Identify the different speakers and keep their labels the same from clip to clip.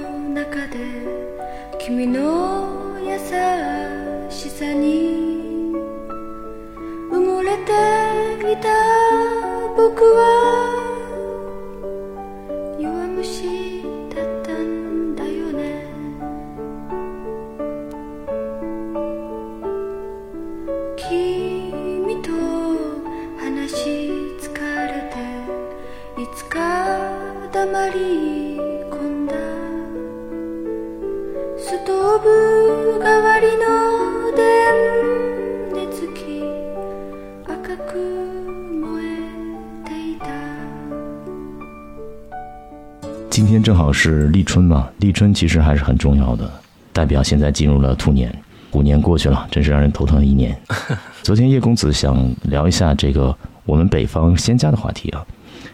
Speaker 1: で君の優しさに埋もれていた僕は弱虫だったんだよね君と話し疲れていつか黙り込んだストーブ代わりの電熱器赤く燃えていた
Speaker 2: 今天正好是立春嘛，立春其实还是很重要的，代表现在进入了兔年，虎年过去了，真是让人头疼的一 年。昨天叶公子想聊一下这个我们北方仙家的话题啊，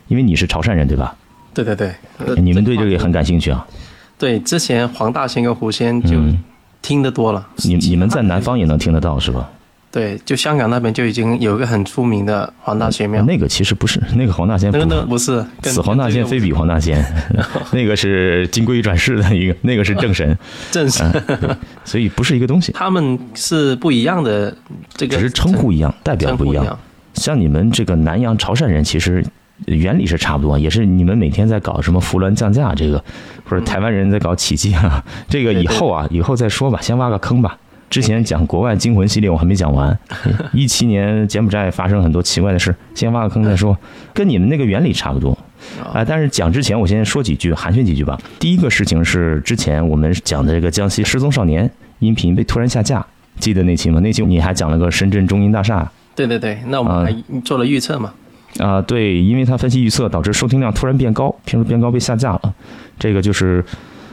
Speaker 2: 因为你是潮汕人对吧？
Speaker 3: 对对对，呃
Speaker 2: 你们对这个也很感兴趣啊？
Speaker 3: 对之前黄大仙跟狐仙就
Speaker 2: 嗯
Speaker 3: 听得多了，
Speaker 2: 你你们在南方也能听得到是吧？
Speaker 3: 对，就香港那边就已经有一个很出名的黄大仙庙，
Speaker 2: 那个其实不是，哦 那个黄大仙不
Speaker 3: 那个那个不是跟
Speaker 2: 此黄大仙非彼黄大 仙， 那个是金龟转世的一个，那个是正神，
Speaker 3: 正是，
Speaker 2: 哎所以不是一个东西，
Speaker 3: 他们是不一样的， 这个
Speaker 2: 只是称呼一样，代表
Speaker 3: 称
Speaker 2: 不
Speaker 3: 呼
Speaker 2: 一样。。像你们这个南洋潮汕人，其实原理是差不多，也是你们每天在搞什么扶轮降价这个，或者台湾人在搞起计 啊，这个
Speaker 3: 对对
Speaker 2: 以后啊，以后再说吧，先挖个坑吧。之前讲国外惊魂系列我还没讲 完，一七年柬埔寨发生很多奇怪的事，先挖个坑再说，跟你们那个原理差不多。
Speaker 3: 哦
Speaker 2: 啊，但是讲之前我先说几句，寒暄几句吧。第一个事情是之前我们讲的这个江西失踪少年音频被突然下架，记得那期吗？那期你还讲了个深圳中银大厦，
Speaker 3: 对对对，那我们还做了预测嘛？
Speaker 2: 啊、对，因为他分析预测导致收听量突然变高，评论变高被下架了，这个就是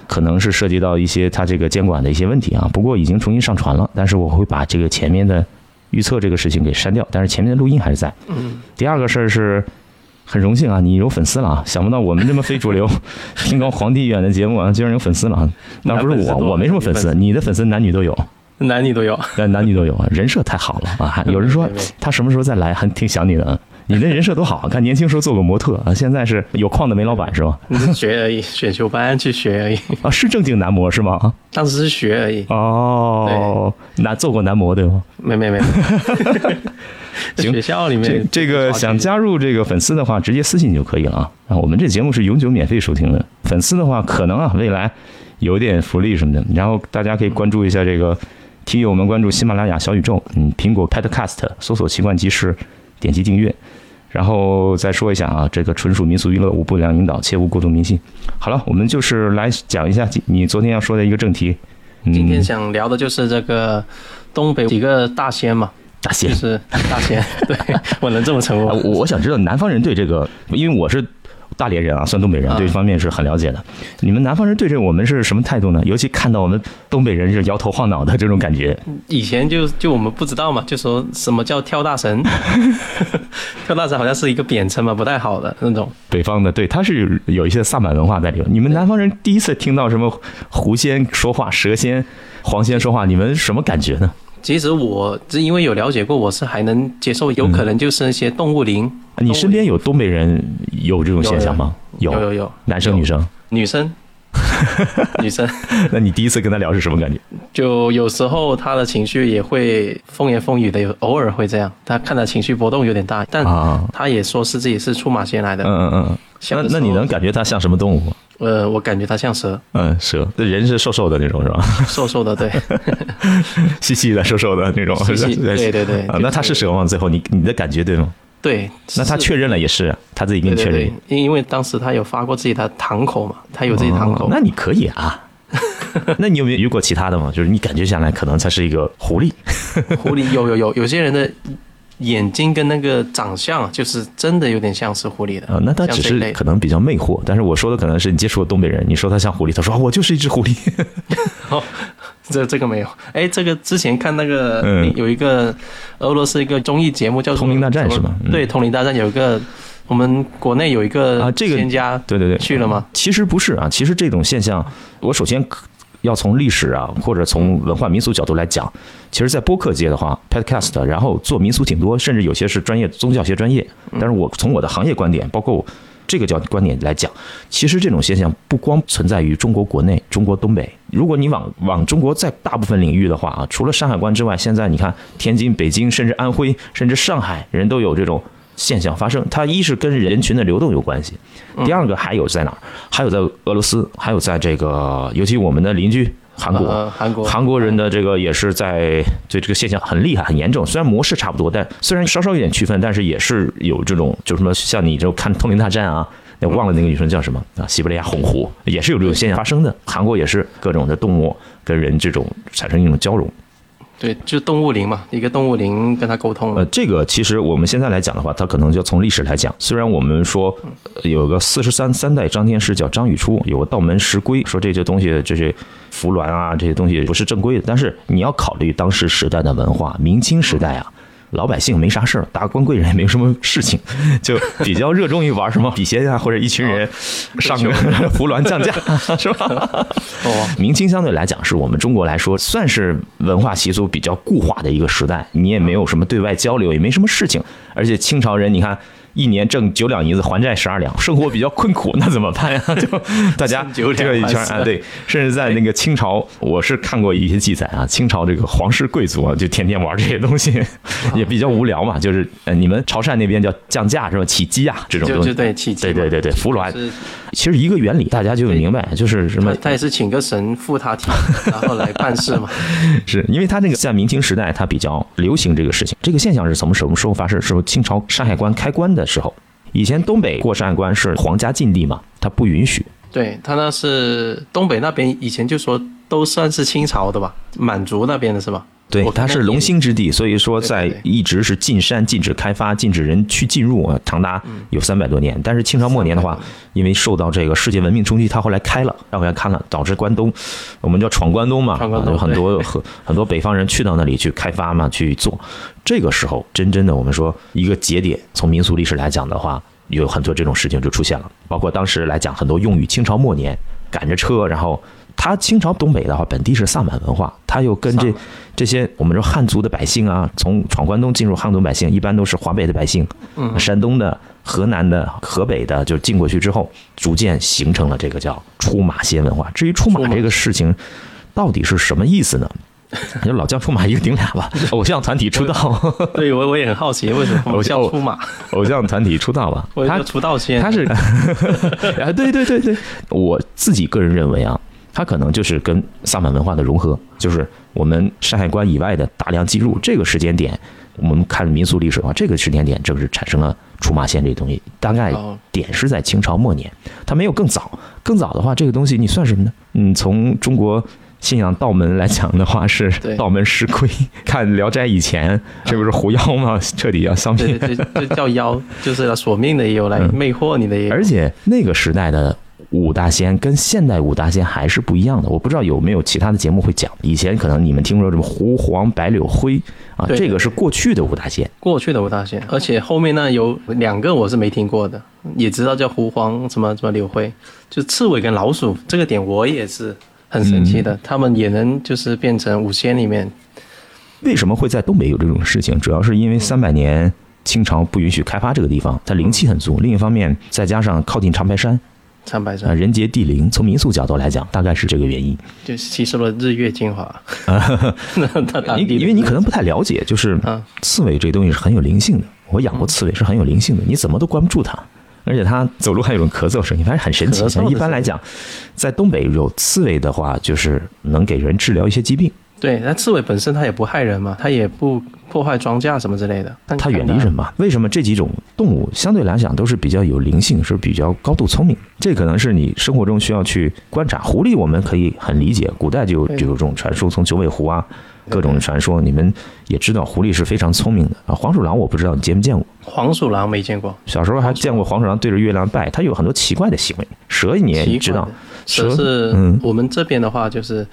Speaker 2: 可能是涉及到一些他这个监管的一些问题啊。不过已经重新上传了，但是我会把这个前面的预测这个事情给删掉，但是前面的录音还是在。
Speaker 3: 嗯，
Speaker 2: 第二个事儿是。很荣幸啊，你有粉丝了啊！想不到我们这么非主流、 天高皇帝远的节目啊，居然有粉丝了啊！那不是
Speaker 3: 你还
Speaker 2: 我，
Speaker 3: 粉丝多
Speaker 2: 我没什么粉
Speaker 3: 你
Speaker 2: 丝，
Speaker 3: 粉
Speaker 2: 你的粉丝男女都有。
Speaker 3: 男女 都有，
Speaker 2: 但男女都有啊，人设太好了啊！还有人说
Speaker 3: 没没
Speaker 2: 他什么时候再来，还挺想你的啊。你那人设多好，看年轻时候做过模特啊，现在是有矿的煤老板是吧？
Speaker 3: 你是学而已，选修班去学而已，
Speaker 2: 啊，是正经男模是吗？啊
Speaker 3: 当时是学而已，
Speaker 2: 哦，男做过男模对吗？
Speaker 3: 没没没，在
Speaker 2: 行
Speaker 3: 学校里
Speaker 2: 这
Speaker 3: 面
Speaker 2: 这个想加入这个粉丝的话，直接私信就可以了啊。啊，我们这节目是永久免费收听的，粉丝的话可能啊未来有点福利什么的，然后大家可以关注一下这个听友们关注喜马拉雅小宇宙，嗯，苹果 Podcast 搜索“奇幻集市”，点击订阅。然后再说一下啊，这个纯属民俗娱乐，无不良引导，切勿过度迷信。好了，我们就是来讲一下你昨天要说的一个正题。嗯、
Speaker 3: 今天想聊的就是这个东北几个大仙嘛，
Speaker 2: 大仙
Speaker 3: 就，是大 仙，对我能这么称呼
Speaker 2: 啊，我我想知道南方人对这个，因为我是大连人啊，算东北人，
Speaker 3: 啊
Speaker 2: 对这方面是很了解的。你们南方人对这我们是什么态度呢？尤其看到我们东北人是摇头晃脑的这种感觉，
Speaker 3: 以前就就我们不知道嘛，就说什么叫跳 大神，跳大神好像是一个贬称嘛，不太好的那种。
Speaker 2: 北方的对他是有一些萨满文化在里面。你们南方人第一次听到什么狐仙说话、蛇仙、黄仙说话，你们什么感觉呢？
Speaker 3: 其实我是因为有了解过，我是还能接受，有
Speaker 2: 嗯
Speaker 3: 可能就是一些动物灵，
Speaker 2: 你身边有东北人有这种现象吗？
Speaker 3: 有有有，
Speaker 2: 男生女生？
Speaker 3: 女生，女生
Speaker 2: 那你第一次跟他聊是什么感觉？
Speaker 3: 就有时候她的情绪也会风言风语的，有偶尔会这样。她看她情绪波动有点大，但
Speaker 2: 啊
Speaker 3: 她也说是自己是出马仙来的。
Speaker 2: 嗯嗯嗯。
Speaker 3: 小
Speaker 2: 那
Speaker 3: 的时
Speaker 2: 那
Speaker 3: 候
Speaker 2: 你能感觉他像什么动物吗？
Speaker 3: 呃，我感觉她像蛇，
Speaker 2: 嗯，蛇，这人是瘦瘦的那种是吧？
Speaker 3: 瘦瘦 的，对，
Speaker 2: 细细的、瘦瘦的那种。
Speaker 3: 细细对对对
Speaker 2: 啊，那他是蛇王，最后你你的感觉对吗？
Speaker 3: 对。
Speaker 2: 那他
Speaker 3: 是
Speaker 2: 确认了也是，啊他自己给
Speaker 3: 对
Speaker 2: 你
Speaker 3: 对
Speaker 2: 确认
Speaker 3: 对，。因因为当时他有发过自己的堂口嘛，他有自己堂口。
Speaker 2: 哦那你可以 啊。那你有没有遇过其他的吗？就是你感觉下来，可能他是一个狐狸。
Speaker 3: 狐狸有有有有些人的眼睛跟那个长相，就是真的有点像是狐狸的。
Speaker 2: 啊，那他
Speaker 3: 像
Speaker 2: 只
Speaker 3: 这一
Speaker 2: 是
Speaker 3: 类
Speaker 2: 可能比较魅惑，但是我说的可能是你接触的东北人，你说他像狐狸，他说、啊我就是一只 狐狸。
Speaker 3: 哦，这这个没有。哎，这个之前看那个、
Speaker 2: 嗯
Speaker 3: 有一个俄罗斯一个综艺节目叫《
Speaker 2: 通灵大战是吧嗯
Speaker 3: 对，《通灵大战》有一个我们国内有一个
Speaker 2: 啊这个
Speaker 3: 仙家
Speaker 2: 对对对，
Speaker 3: 去了吗？
Speaker 2: 其实不是啊，其实这种现象，我首先可要从历史啊，或者从文化民俗角度来讲。其实，在播客界的话，podcast，然后做民俗挺多，甚至有些是专业宗教学专业。但是我从我的行业观点，包括这个角观点来讲，其实这种现象不光存在于中国国内、中国东北。如果你往往中国在大部分领域的话啊，除了山海关之外，现在你看天津、北京，甚至安徽，甚至上海，人都有这种现象发生。它一是跟人群的流动有关系，第二个还有在哪儿？还有在俄罗斯，还有在这个，尤其我们的邻居韩国。
Speaker 3: 呃韩国
Speaker 2: 韩国人的这个也是在对这个现象很厉害、很严重。虽然模式差不多，但虽然稍稍有点区分，但是也是有这种，就什么像你就看《通灵大战》啊，那忘了那个女生叫什么啊，西伯利亚红狐，也是有这种现象发生的。韩国也是各种的动物跟人这种产生一种交融。
Speaker 3: 对，就动物灵嘛，一个动物灵跟他沟通
Speaker 2: 呃
Speaker 3: 了，，
Speaker 2: 这个其实我们现在来讲的话，它可能就从历史来讲，虽然我们说呃有个四十三三代张天师叫张雨初，有个道门石龟，说这些东西这些符鸾啊这些东西不是正规的，但是你要考虑当时时代的文化，明清时代啊。老百姓没啥事儿，达官贵人也没什么事情，就比较热衷于玩什么笔仙啊，或者一群人上个 符鸾降价，是吧？
Speaker 3: 哦，
Speaker 2: 明清相对来讲是我们中国来说算是文化习俗比较固化的一个时代，你也没有什么对外交流，也没什么事情，而且清朝人你看。一年挣九两银子，还债十二两，生活比较困苦，那怎么 办呀？就大家
Speaker 3: 九两
Speaker 2: 这个一圈
Speaker 3: 还十
Speaker 2: 啊，
Speaker 3: 二
Speaker 2: 对，甚至在那个清朝，我是看过一些记载啊，清朝这个皇室贵族啊，就天天玩这些东西，也比较无聊嘛。就是呃，你们潮汕那边叫降价是吧？起鸡啊这种
Speaker 3: 就
Speaker 2: 东
Speaker 3: 就
Speaker 2: 西，
Speaker 3: 对契机
Speaker 2: 对
Speaker 3: 嘛，
Speaker 2: 对对对，服鸾
Speaker 3: 是
Speaker 2: 其实一个原理，大家就明白，就是什么
Speaker 3: 他他也是请个神附他体，然后来办事嘛。
Speaker 2: 是因为它那个在明清时代，它比较流行这个事情。这个现象是从什么时候发生？是清朝山海关开关的时候。以前东北过山海关是皇家禁地嘛，它不允许。
Speaker 3: 对他那是东北那边以前就说都算是清朝的吧，满族那边的是吧？
Speaker 2: 对
Speaker 3: 我，
Speaker 2: 它是龙兴之地，所以说在
Speaker 3: 对对对
Speaker 2: 一直是禁山、禁止开发、禁止人去进入啊，长达
Speaker 3: 嗯
Speaker 2: 有三百多年。但是清朝末年的话，因为受到这个世界文明冲击，它后来开了，让回来看了，导致关东，我们叫闯关东嘛，
Speaker 3: 闯关
Speaker 2: 啊
Speaker 3: 东
Speaker 2: 有很 多很很多北方人去到那里去开发嘛，去做。这个时候，真正的我们说一个节点，从民俗历史来讲的话，有很多这种事情就出现了，包括当时来讲很多用语，清朝末年赶着车，然后他清朝东北的话，本地是萨满文化，他又跟
Speaker 3: 萨
Speaker 2: 这
Speaker 3: 满
Speaker 2: 这些我们说汉族的百姓啊，从闯关东进入汉族百姓，一般都是华北的百姓，
Speaker 3: 嗯
Speaker 2: 山东的、河南的、河北的，就进过去之后，逐渐形成了这个叫出马仙文化。至于出
Speaker 3: 出
Speaker 2: 马
Speaker 3: 马
Speaker 2: 这个事情，到底是什么意思呢？ 就老将出马一个顶俩吧，偶像团体出道，
Speaker 3: 对 我我也很好奇，为什么
Speaker 2: 偶
Speaker 3: 偶
Speaker 2: 像
Speaker 3: 像出马，
Speaker 2: 偶像团体出道吧。
Speaker 3: 我
Speaker 2: 他
Speaker 3: 就出道仙，
Speaker 2: 他 是啊，对对对对，我自己个人认为啊，他可能就是跟萨满文化的融合，就是我们山海关以外的大量进入这个时间点，我们看民俗历史的话，这个时间点正是产生了出马仙这个东西，大概
Speaker 3: 哦
Speaker 2: 点是在清朝末年，它没有更早，更早的话，这个东西你算什么呢？嗯，从中国。信仰道门来讲的话是
Speaker 3: 对
Speaker 2: 道门石龟，看《聊斋》以前这不是狐妖吗？彻底要丧命
Speaker 3: 对。对对，就叫妖，就是来索命的也有，来
Speaker 2: 嗯
Speaker 3: 魅惑你的也有，
Speaker 2: 而且那个时代的武大仙跟现代武大仙还是不一样的。我不知道有没有其他的节目会讲，以前可能你们听说什么狐黄白柳灰啊，
Speaker 3: 对
Speaker 2: 这个是过去的武大仙。
Speaker 3: 过去的武大仙，而且后面那有两个我是没听过的，也知道叫狐黄什么什么柳灰，就刺猬跟老鼠这个点我也是很神奇
Speaker 2: 嗯
Speaker 3: 的，他们也能就是变成五仙里面
Speaker 2: 为什么会在东北有这种事情？主要是因为三百年清朝不允许开发这个地方，它灵气很足。另一方面，再加上靠近长白山
Speaker 3: 长白
Speaker 2: 啊，
Speaker 3: 山，
Speaker 2: 人杰地灵，从民俗角度来讲，大概是这个原因。
Speaker 3: 就吸收了日月精华。 那他当
Speaker 2: 因
Speaker 3: 啊地的
Speaker 2: 因为你可能不太了解，就是
Speaker 3: 啊
Speaker 2: 刺猬这东西是很有灵性的。我养过刺猬是很有灵性的，你怎么都关不住它，而且它走路还有种咳嗽声音，反正很神奇
Speaker 3: 咳嗽。的
Speaker 2: 像一般
Speaker 3: 声
Speaker 2: 来讲，在东北有刺猬的话，就是能给人治疗一些疾病。
Speaker 3: 对，那刺猬本身它也不害人嘛，它也不破坏庄稼什么之类的，但
Speaker 2: 它远离
Speaker 3: 看
Speaker 2: 人嘛？为什么这几种动物相对来讲都是比较有灵性，是比较高度聪明？这可能是你生活中需要去观察。狐狸我们可以很理解，古代就有
Speaker 3: 对
Speaker 2: 就有这种传说，从九尾狐啊，各种传说，你们也知道，狐狸是非常聪明的啊。黄鼠狼我不知道你见没见过。
Speaker 3: 黄鼠狼没见过，
Speaker 2: 小时候还见过黄鼠狼对着月亮拜，它有很多奇怪的行为。蛇你
Speaker 3: 奇
Speaker 2: 也
Speaker 3: 怪
Speaker 2: 知道
Speaker 3: 的，蛇
Speaker 2: 蛇
Speaker 3: 是
Speaker 2: 嗯
Speaker 3: 我们这边的话，就是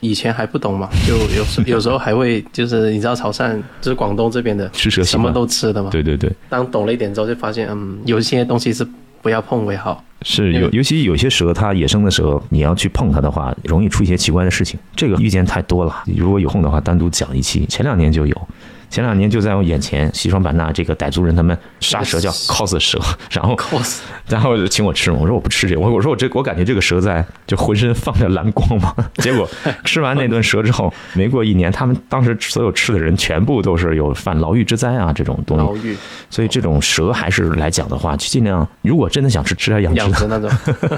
Speaker 3: 以前还 不懂嘛，就有时有时候还会就是你知道潮汕就是广东这边的
Speaker 2: 吃蛇习
Speaker 3: 什
Speaker 2: 惯
Speaker 3: 么都吃的嘛，
Speaker 2: 对对对，
Speaker 3: 当懂了一点之后，就发现嗯，有一些东西是不要碰为好。
Speaker 2: 是
Speaker 3: 那个
Speaker 2: 有，尤其有些蛇，它野生的蛇，你要去碰它的话，容易出一些奇怪的事情。这个遇见太多了，如果有空的话，单独讲一期。前两年就有，前两年就在我眼前，西双版纳这个傣族人他们杀蛇叫 cos 蛇， 然后
Speaker 3: cos
Speaker 2: 然后请我吃嘛，我说我不吃这个，我我说我这我感觉这个蛇在就浑身放着蓝光嘛， 结 果吃完那顿蛇之后，没过一年，他们当时所有吃的人全部都是有犯牢狱之灾啊这种东
Speaker 3: 牢
Speaker 2: 西，
Speaker 3: 狱
Speaker 2: 所以这种蛇还是来讲的话，尽量如果真的想吃，吃点养殖
Speaker 3: 养
Speaker 2: 的，
Speaker 3: 殖那种，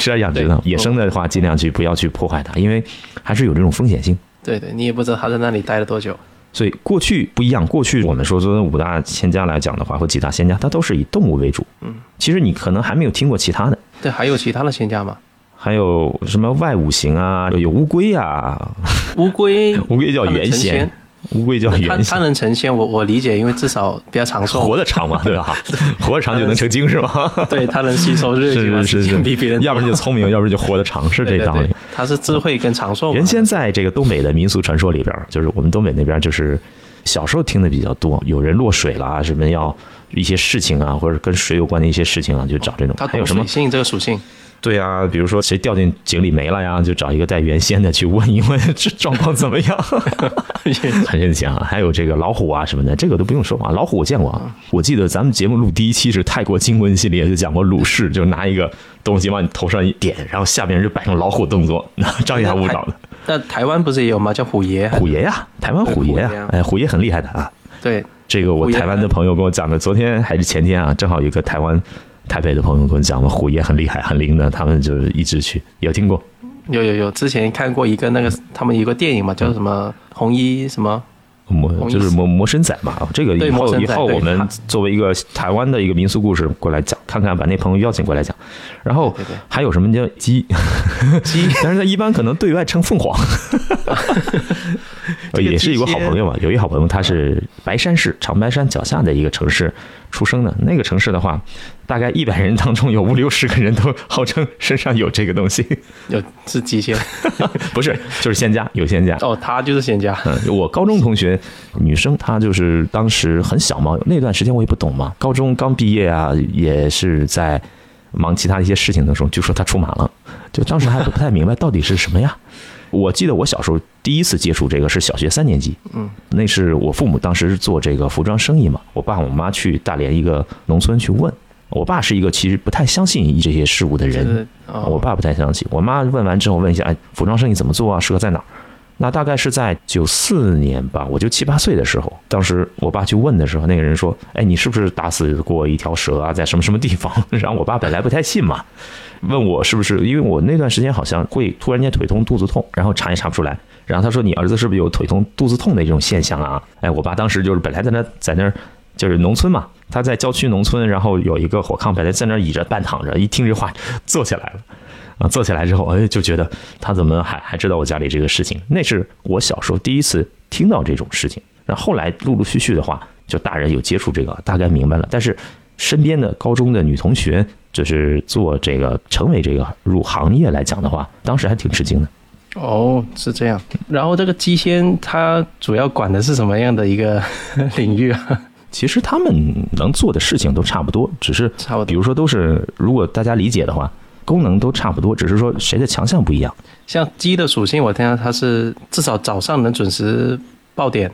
Speaker 2: 吃点养殖的，
Speaker 3: 对
Speaker 2: 野生的话尽量去不要去破坏它，因为还是有这种风险性。
Speaker 3: 对对，你也不知道他在那里待了多久。
Speaker 2: 所以过去不一样，过去我们说说五大仙家来讲的话，或几大仙家，它都是以动物为主。
Speaker 3: 嗯，
Speaker 2: 其实你可能还没有听过其他的，
Speaker 3: 对，还有其他的仙家吗？
Speaker 2: 还有什么外五行啊，有乌龟啊，
Speaker 3: 乌 龟
Speaker 2: 乌龟叫
Speaker 3: 它能
Speaker 2: 原
Speaker 3: 成
Speaker 2: 仙
Speaker 3: 仙，
Speaker 2: 乌龟叫
Speaker 3: 它
Speaker 2: 原
Speaker 3: 它
Speaker 2: 仙，
Speaker 3: 能成仙，我我理解，因为至少比较长 寿，
Speaker 2: 活得长嘛，对 吧？活得长就能成精是吧？
Speaker 3: 对，它能吸收热
Speaker 2: 是
Speaker 3: 气嘛，
Speaker 2: 是是
Speaker 3: 时间
Speaker 2: 是，
Speaker 3: 比别人多
Speaker 2: 要不然就聪 明，要不然就活得长，是这
Speaker 3: 对对
Speaker 2: 道理。
Speaker 3: 对它是智慧跟长寿嘛。
Speaker 2: 原先在这个东北的民俗传说里边儿，就是我们东北那边儿，就是小时候听的比较多，有人落水啦，什么要一些事情啊，或者跟水有关的一些事情啊，就找这种。
Speaker 3: 它
Speaker 2: 还
Speaker 3: 懂
Speaker 2: 有什么
Speaker 3: 水？性这个属性，
Speaker 2: 对啊，比如说谁掉进井里没了呀，就找一个带原仙的去问一问这状况怎么样，很神奇啊。还有这个老虎啊什么的，这个都不用说啊。老虎我见过啊，我记得咱们节目录第一期是泰国经文系列，就讲过鲁氏，就拿一个东西往你头上一点，然后下面人就摆成老虎动作，张牙舞爪的。
Speaker 3: 那台湾不是也有吗？叫虎 爷，
Speaker 2: 虎爷呀、台湾虎爷呀、
Speaker 3: 对虎爷啊
Speaker 2: 哎，虎爷很厉害的啊。
Speaker 3: 对，
Speaker 2: 这个我
Speaker 3: 虎爷
Speaker 2: 台湾的朋友跟我讲的，昨天还是前天啊，正好有一个台湾台北的朋友跟我讲，我虎爷很厉害，很灵的，他们就一直去，有听过
Speaker 3: 有有有，之前看过一个那个他们有个电影
Speaker 2: 嗯
Speaker 3: 嘛，叫什么红衣什么，
Speaker 2: 魔
Speaker 3: 同意
Speaker 2: 就是魔魔神仔嘛。啊这个以
Speaker 3: 对魔
Speaker 2: 后
Speaker 3: 神
Speaker 2: 以
Speaker 3: 仔
Speaker 2: 后
Speaker 3: 对
Speaker 2: 我们
Speaker 3: 他
Speaker 2: 作为一个台湾的一个民俗故事过来讲，看看把那朋友邀请过来讲。然后
Speaker 3: 对对对
Speaker 2: 还有什么叫鸡？鸡，但是他一般可能对外称凤凰。
Speaker 3: 这个
Speaker 2: 也是一个
Speaker 3: 鸡
Speaker 2: 好朋友嘛，有一好朋友，他是白山市长白山脚下的一个城市出生的。那个城市的话，大概一百人当中有五六十个人都号称身上有这个东西，
Speaker 3: 有是机械
Speaker 2: 不是，就是仙家，有仙家。
Speaker 3: 哦，他就是仙家，
Speaker 2: 嗯， 我高中同学女生，她就是当时很小嘛，那段时间我也不懂嘛，高中刚毕业啊，也是在忙其他一些事情的时候，就说她出马了，就当时还不太明白到底是什么呀。我记得我小时候第一次接触这个是小学三年级，
Speaker 3: 嗯，
Speaker 2: 那是我父母当时是做这个服装生意嘛，我爸我妈去大连一个农村去问，我爸是一个其实不太相信这些事物的人，
Speaker 3: 就是哦
Speaker 2: 我爸不太相信。我妈问完之后问一下，哎，服装生意怎么做啊？适合在哪儿？那大概是在九四年吧，我就七八岁的时候，当时我爸去问的时候，那个人说：“哎，你是不是打死过一条蛇啊？在什么什么地方？” 然后我爸本来不太信嘛，问我是不是，因为我那段时间好像会突然间腿痛、肚子痛，然后查也查不出来。然后他说：“你儿子是不是有腿痛、肚子痛的这种现象啊？”哎，我爸当时就是本来在那在那儿就是农村嘛，他在郊区农村，然后有一个火炕，本来在那儿倚着半躺着，一听这话坐起来了。啊，坐起来之后，哎，就觉得他怎么还还知道我家里这个事情？那是我小时候第一次听到这种事情。那后来陆陆续续的话，就大人有接触这个，大概明白了。但是身边的高中的女同学，就是做这个成为这个入行业来讲的话，当时还挺吃惊的。
Speaker 3: 哦是这样，然后这个机仙它主要管的是什么样的一个 领域啊？
Speaker 2: 其实他们能做的事情都差不多，只是
Speaker 3: 差不
Speaker 2: 比
Speaker 3: 多，
Speaker 2: 如说都是，如果大家理解的话，功能都差不多，只是说谁的强项不一样。
Speaker 3: 像鸡的属性，我听到它是至少早上能准时 爆点，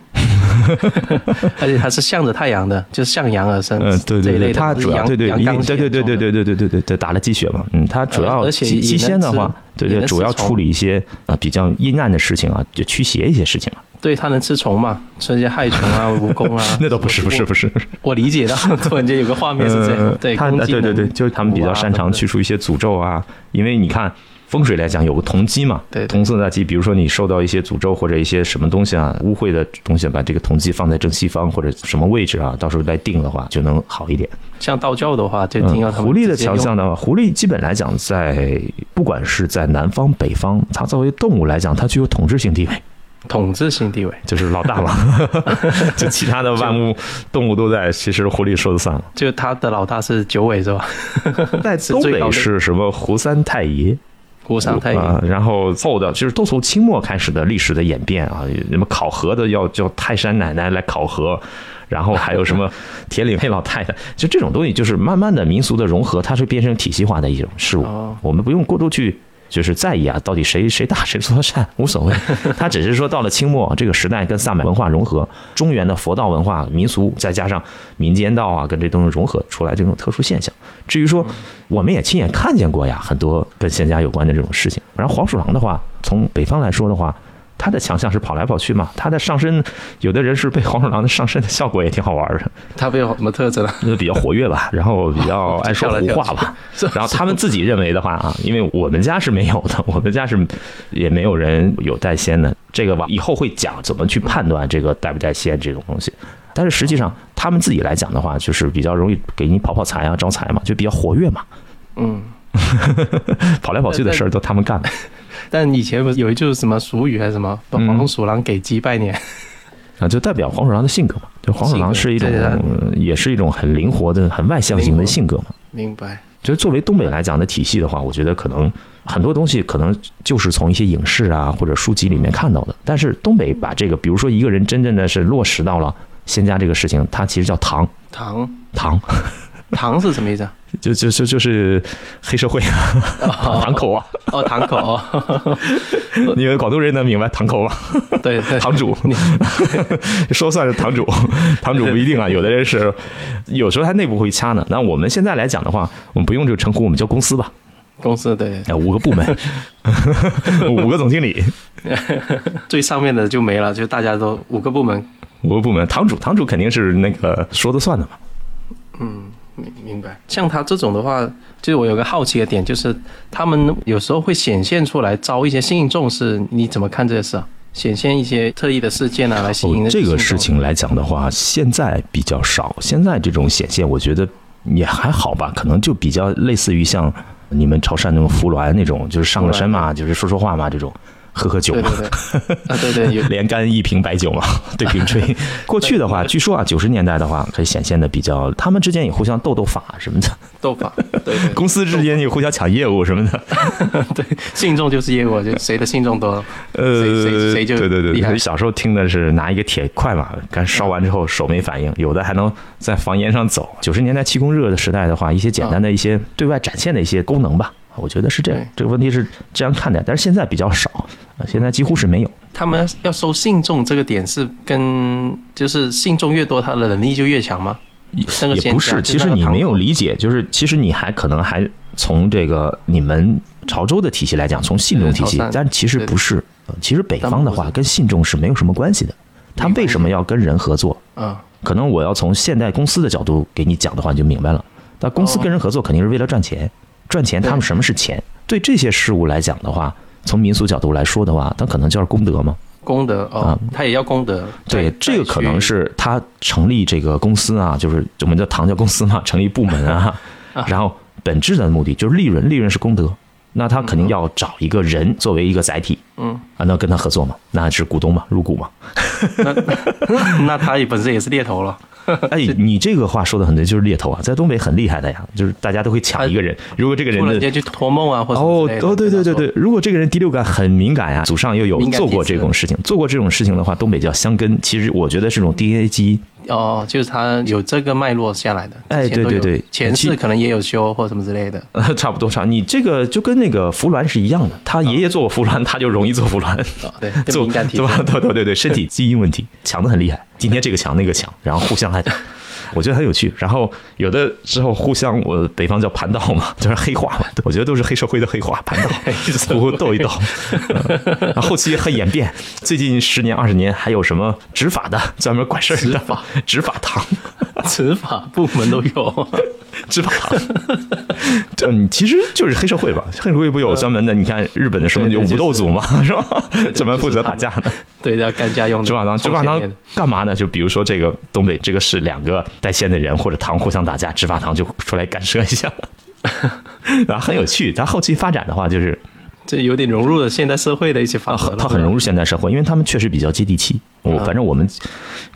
Speaker 3: 而且它是向着太阳的，就是向阳而生，
Speaker 2: 嗯，对
Speaker 3: 这
Speaker 2: 对
Speaker 3: 一类
Speaker 2: 对，
Speaker 3: 的
Speaker 2: 它
Speaker 3: 不是
Speaker 2: 主要
Speaker 3: 阳
Speaker 2: 对对
Speaker 3: 阳
Speaker 2: 因为
Speaker 3: 刚
Speaker 2: 对
Speaker 3: 性
Speaker 2: 对对对
Speaker 3: 重
Speaker 2: 对对对对对对打了鸡血嘛，嗯，它主
Speaker 3: 呃
Speaker 2: 要
Speaker 3: 而且
Speaker 2: 鸡
Speaker 3: 也
Speaker 2: 鸡
Speaker 3: 能
Speaker 2: 仙的
Speaker 3: 吃
Speaker 2: 话，对
Speaker 3: 也
Speaker 2: 对，
Speaker 3: 能
Speaker 2: 主
Speaker 3: 吃
Speaker 2: 要
Speaker 3: 虫
Speaker 2: 处理一些啊比较阴暗的事情啊，就驱邪一些事情啊。
Speaker 3: 对它能吃虫嘛，吃一些害虫
Speaker 2: 。
Speaker 3: 啊、蜈蚣啊
Speaker 2: 那倒不 是不是不呃嗯是，
Speaker 3: 我理解到， 突然间有个画面是这样，对，
Speaker 2: 他
Speaker 3: 攻击
Speaker 2: 呃啊对对对，
Speaker 3: 能
Speaker 2: 就是他们比较擅长去除一些诅咒啊，因为你看风水来讲有个同基嘛，
Speaker 3: 对对
Speaker 2: 同色大基，比如说你受到一些诅咒或者一些什么东西啊，污秽的东西，把这个同基放在正西方或者什么位置啊，到时候来定的话就能好一点。
Speaker 3: 像道教的话，就听到
Speaker 2: 嗯，
Speaker 3: 他们
Speaker 2: 狐狸的
Speaker 3: 直接
Speaker 2: 强
Speaker 3: 用
Speaker 2: 项的话，狐狸基本来讲在，不管是在南方、北方，它作为动物来讲，它具有统治性地位，
Speaker 3: 统治性地位，
Speaker 2: 就是老大 了。就其他的万物动物都在，其实狐狸说了 算了。
Speaker 3: 就他的老大是九尾是吧？
Speaker 2: 在
Speaker 3: 是
Speaker 2: 东
Speaker 3: 最高
Speaker 2: 北
Speaker 3: 的
Speaker 2: 是什么胡三太爷？
Speaker 3: 无伤太
Speaker 2: 啊
Speaker 3: 平，
Speaker 2: 然后后的就是都从清末开始的历史的演变啊，什么考核的要叫泰山奶奶来考核，然后还有什么铁岭黑老太太，就这种东西，就是慢慢的民俗的融合，它是变成体系化的一种事物。
Speaker 3: 哦
Speaker 2: 我们不用过度去就是在意啊，到底谁谁大谁做善无所谓。他只是说到了清末这个时代，跟萨满文化融合，中原的佛道文化民俗，再加上民间道啊，跟这东西融合出来这种特殊现象。至于说，我们也亲眼看见过呀，很多跟仙家有关的这种事情。然后黄鼠狼的话，从北方来说的话，它的强项是跑来跑去嘛，它的上身，有的人是被黄鼠狼的上身的效果也挺好玩的，
Speaker 3: 它有什么特质呢？
Speaker 2: 就是比较活跃吧，然后比较爱说胡话吧。然后他们自己认为的话啊，因为我们家是没有的， 我们家是也没有人有带仙的。这个吧，以后会讲怎么去判断这个带不带仙这种东西。但是实际上，他们自己来讲的话，就是比较容易给你跑跑财啊、招财嘛，就比较活跃嘛，
Speaker 3: 嗯，
Speaker 2: 跑来跑去的事儿都他们干的。
Speaker 3: 但以前不是有一句什么俗语还是什么，把
Speaker 2: 嗯
Speaker 3: 黄鼠狼给鸡拜年，
Speaker 2: 啊，就代表黄鼠狼的性格嘛。就黄鼠狼是一种
Speaker 3: 性格对对，
Speaker 2: 也是一种很灵活的、很外向型的性格嘛。
Speaker 3: 明白？
Speaker 2: 就是作为东北来讲的体系的话，我觉得可能很多东西可能就是从一些影视啊或者书籍里面看到的。但是东北把这个，比如说一个人真正的是落实到了仙家这个事情，它其实叫堂
Speaker 3: 糖
Speaker 2: 堂，
Speaker 3: 糖是什么意思啊？
Speaker 2: 就就就就是黑社会啊， 堂口啊。
Speaker 3: 哦，堂口哦，
Speaker 2: 你们广东人能明白堂口吗？
Speaker 3: 对对，
Speaker 2: 堂 主，说算是堂主，堂主不一定啊，有的人是，有时候他内部会掐呢。那我们现在来讲的话，我们不用这个称呼，我们叫公司吧，
Speaker 3: 公司对，
Speaker 2: 哎，五个部门， 五个总经理，
Speaker 3: 最上面的就没了，就大家都五个部门，
Speaker 2: 五个部门，堂主，堂主肯定是那个说的算的嘛。
Speaker 3: 明明白。像他这种的话，就是我有个好奇的点，就是他们有时候会显现出来招一些吸引重视，你怎么看这个事啊？显现一些特异的事件啊，来吸引、
Speaker 2: 哦、这个事，情来讲的话，现在比较少，现在这种显现，我觉得也还好吧，可能就比较类似于像你们潮汕那种扶鸾那种，就是上个身嘛，就是说说话嘛，这种喝喝酒
Speaker 3: 对
Speaker 2: 嘛。
Speaker 3: 对对， 啊对对有
Speaker 2: 连干一瓶白酒嘛，对瓶 吹。过去的话，据说啊，九十年代的话，可以显现的比较，他们之间也互相斗斗法什么的，
Speaker 3: 斗法，啊对对
Speaker 2: 公司之间也互相抢业务什么的。
Speaker 3: 对，信众就是业务，就谁的信众多，谁谁谁就
Speaker 2: 呃对对
Speaker 3: 厉害
Speaker 2: 对，小时候听的是拿一个铁块嘛，干烧完之后手没反
Speaker 3: 嗯
Speaker 2: 应，有的还能在房檐上走。九十年代气功热的时代的话，一些简单的一些对外展现的一些功能吧。我觉得是这样
Speaker 3: 对，
Speaker 2: 这个问题是这样看待，但是现在比较少，啊现在几乎是没有。
Speaker 3: 他们要收信众这个点是跟就是信众越多，他的能力就越强吗？那个
Speaker 2: 也
Speaker 3: 现
Speaker 2: 不
Speaker 3: 象
Speaker 2: 是，其
Speaker 3: 就那
Speaker 2: 实
Speaker 3: 个
Speaker 2: 你
Speaker 3: 堂
Speaker 2: 没
Speaker 3: 口
Speaker 2: 有理解，就是其实你还可能还从这个你们潮州的体系来讲，从信众体系
Speaker 3: 嗯对潮汕，
Speaker 2: 但其实不是。呃其实北方的
Speaker 3: 他们不
Speaker 2: 话
Speaker 3: 是
Speaker 2: 跟信众是没有什么关系的，他
Speaker 3: 没关系
Speaker 2: 为什么要跟人合作？
Speaker 3: 啊，
Speaker 2: 可能我要从现代公司的角度给你讲的话，你就明白了。那公司
Speaker 3: 哦
Speaker 2: 跟人合作肯定是为了赚钱，赚钱他们
Speaker 3: 对
Speaker 2: 什么是钱？对这些事物来讲的话，从民俗角度来说的话，它可能就是功德嘛。
Speaker 3: 功德哦
Speaker 2: 啊，
Speaker 3: 他也要功德。
Speaker 2: 对
Speaker 3: 再，
Speaker 2: 这个
Speaker 3: 再
Speaker 2: 可能
Speaker 3: 去
Speaker 2: 是他成立这个公司啊，就是我们叫堂叫公司嘛，成立部门啊
Speaker 3: 啊，
Speaker 2: 然后本质的目的就是利润，利润是功德，那他肯定要找一个人作为一个载体
Speaker 3: 嗯，
Speaker 2: 啊，那跟他合作嘛，那是股东嘛，入股嘛。
Speaker 3: 那他也本身也是猎头了。
Speaker 2: 哎，你这个话说的很对，就是猎头啊，在东北很厉害的呀，就是大家都会抢一个人，如果这个
Speaker 3: 突然
Speaker 2: 人的
Speaker 3: 间。去托梦啊，或者
Speaker 2: 哦哦，对对对
Speaker 3: 对
Speaker 2: 对，如果这个人第六感很敏感呀、祖上又有
Speaker 3: 敏感
Speaker 2: 做过
Speaker 3: 体质
Speaker 2: 这种事情，做过这种事情的话，东北叫香根。其实我觉得是种 DNA 基因，
Speaker 3: 哦，就是他有这个脉络下来的。
Speaker 2: 哎
Speaker 3: 之前都有
Speaker 2: 对对对
Speaker 3: 前
Speaker 2: 其
Speaker 3: 世可能也有修或什么之类的。
Speaker 2: 呃， 差不多差不多。你这个就跟那个服鸾是一样的，他爷爷做过服鸾，他就容易做服鸾，
Speaker 3: 哦对， 就
Speaker 2: 做
Speaker 3: 敏感体质
Speaker 2: 对吧？对对对对，身体基因问题强的很厉害，今天这个强那个强，然后互相还。我觉得很有趣，然后有的时候互相，我北方叫盘道嘛，就是黑话嘛，我觉得都是黑社会的黑话，盘道 互互斗一斗，嗯然后后期很演变。最近十年二十年，还有什么执法的专门管事儿的法执法堂，
Speaker 3: 执法部门都 有。
Speaker 2: 执法。这你其实就是黑社会吧？黑社会不有专门的？你看日本的什么
Speaker 3: 对
Speaker 2: 有
Speaker 3: 对
Speaker 2: 武斗
Speaker 3: 就是
Speaker 2: 组嘛，是吧？专门负责打架的。
Speaker 3: 对，要干家用的。
Speaker 2: 执法堂，执
Speaker 3: 冲
Speaker 2: 法
Speaker 3: 前
Speaker 2: 堂
Speaker 3: 面的
Speaker 2: 干嘛呢？就比如说这个东北这个市两个带线的人或者堂互相打架，执法堂就出来干涉一下， 然后很有趣。它后期发展的话， 就是
Speaker 3: 这有点融入了现代社会的一些法
Speaker 2: 啊，
Speaker 3: 则
Speaker 2: 很
Speaker 3: 了。
Speaker 2: 它很融入现代社会，因为他们确实比较接地气。我
Speaker 3: 啊
Speaker 2: 反正我们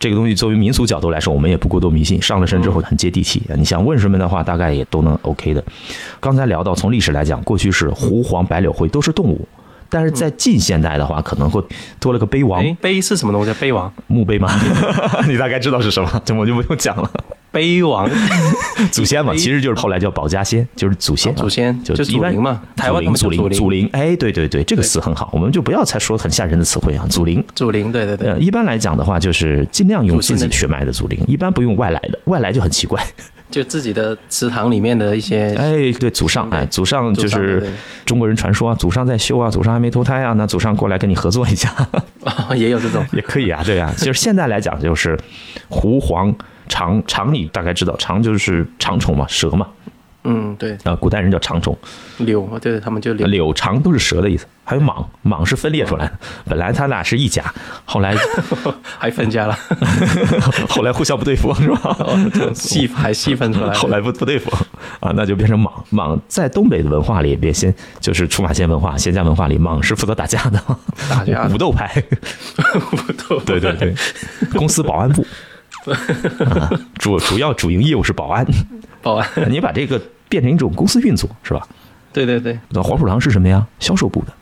Speaker 2: 这个东西作为民俗角度来说，我们也不过多迷信。上了身之后很接地气，你想问什么的话，大概也都能 OK 的。刚才聊到从历史来讲，过去是狐黄白柳灰都是动物，但是在近现代的话，可能会多了个碑王
Speaker 3: 哎 哎，碑是什么东西啊？碑王。
Speaker 2: 墓碑嘛，你大概知道是什么，这我就不用讲了。
Speaker 3: 碑王
Speaker 2: 祖先嘛，
Speaker 3: 哎
Speaker 2: 其实就是后来叫保家仙，就是祖先啊、
Speaker 3: 祖先
Speaker 2: 就
Speaker 3: 就
Speaker 2: 一
Speaker 3: 祖
Speaker 2: 般
Speaker 3: 灵嘛，台湾他们
Speaker 2: 祖
Speaker 3: 叫
Speaker 2: 灵，祖
Speaker 3: 祖灵，
Speaker 2: 灵，哎，对对对，这个词很好，我们就不要再说很吓人的词汇啊，祖灵。
Speaker 3: 祖灵，对对对
Speaker 2: 呃，，一般来讲的话，就是尽量用
Speaker 3: 祖先
Speaker 2: 自
Speaker 3: 的
Speaker 2: 己血脉的祖灵，一般不用外来的，外来就很奇怪。
Speaker 3: 就自己的祠堂里面的一些，
Speaker 2: 哎，对，祖上，哎，祖上就
Speaker 3: 祖上对
Speaker 2: 是
Speaker 3: 对
Speaker 2: 中国人传说啊，祖上在修啊，祖上还没投胎啊，那祖上过来跟你合作一下
Speaker 3: 哦 也有 这种，
Speaker 2: 也可以啊，对啊。就是现在来讲，就是狐黄长长，你大概知道，长就是长虫嘛，蛇嘛，
Speaker 3: 嗯，对，
Speaker 2: 啊、古代人叫长虫，
Speaker 3: 柳，对他们就 柳，
Speaker 2: 柳长都是蛇的意思，还有蟒，蟒是分裂出来的，本来它俩是一家，后来
Speaker 3: 还分家了，
Speaker 2: 后来互相不对付是吧？
Speaker 3: 细还细分出 来了，
Speaker 2: 后来不不对付啊，那就变成蟒。蟒在东北的文化里边，先就是出马仙文化、仙家文化里，蟒是负责打架的，
Speaker 3: 打架
Speaker 2: 武斗派。
Speaker 3: 不多，
Speaker 2: 对对对，公司保安部啊，主主要主营业务是保安。
Speaker 3: 保安，
Speaker 2: 你把这个变成一种公司运作是吧？
Speaker 3: 对对对
Speaker 2: 那黄鼠狼是什么呀？销售部的。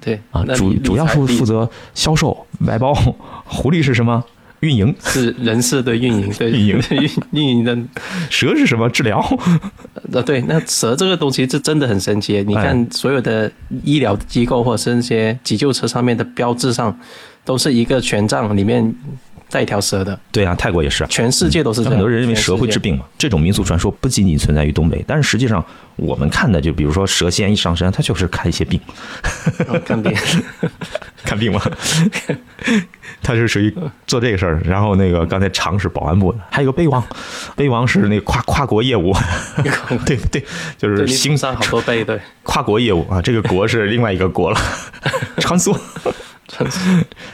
Speaker 3: 对
Speaker 2: 啊，
Speaker 3: 那
Speaker 2: 主
Speaker 3: 理
Speaker 2: 主要
Speaker 3: 理财
Speaker 2: 是
Speaker 3: 理
Speaker 2: 负责销售、外包。 狐狸是什么？运营。
Speaker 3: 是人事的运营，对
Speaker 2: 运营
Speaker 3: 运 运营的
Speaker 2: 蛇是什么？治疗。
Speaker 3: 呃，对，那蛇这个东西是真的很神奇。
Speaker 2: 哎
Speaker 3: 你看，所有的医疗机构或者是那些急救车上面的标志上，都是一个权杖里面带一条蛇的，
Speaker 2: 对啊，泰国也是啊。
Speaker 3: 全世界都是这样。
Speaker 2: 很多人认为蛇会治病嘛，这种民俗传说不仅仅存在于东北，但是实际上我们看的，就比如说蛇仙一上身，它就是看一些病，
Speaker 3: 全世界，嗯 看病
Speaker 2: 看 病嘛。他是属于做这个事儿，然后那个刚才常是保安部的，还有个碑王，碑王是那个跨跨国业 务，对对，就
Speaker 3: 对
Speaker 2: 是
Speaker 3: 你
Speaker 2: 兴
Speaker 3: 心上好多倍，对，
Speaker 2: 跨国业务啊，这个国是另外一个国 了，穿梭。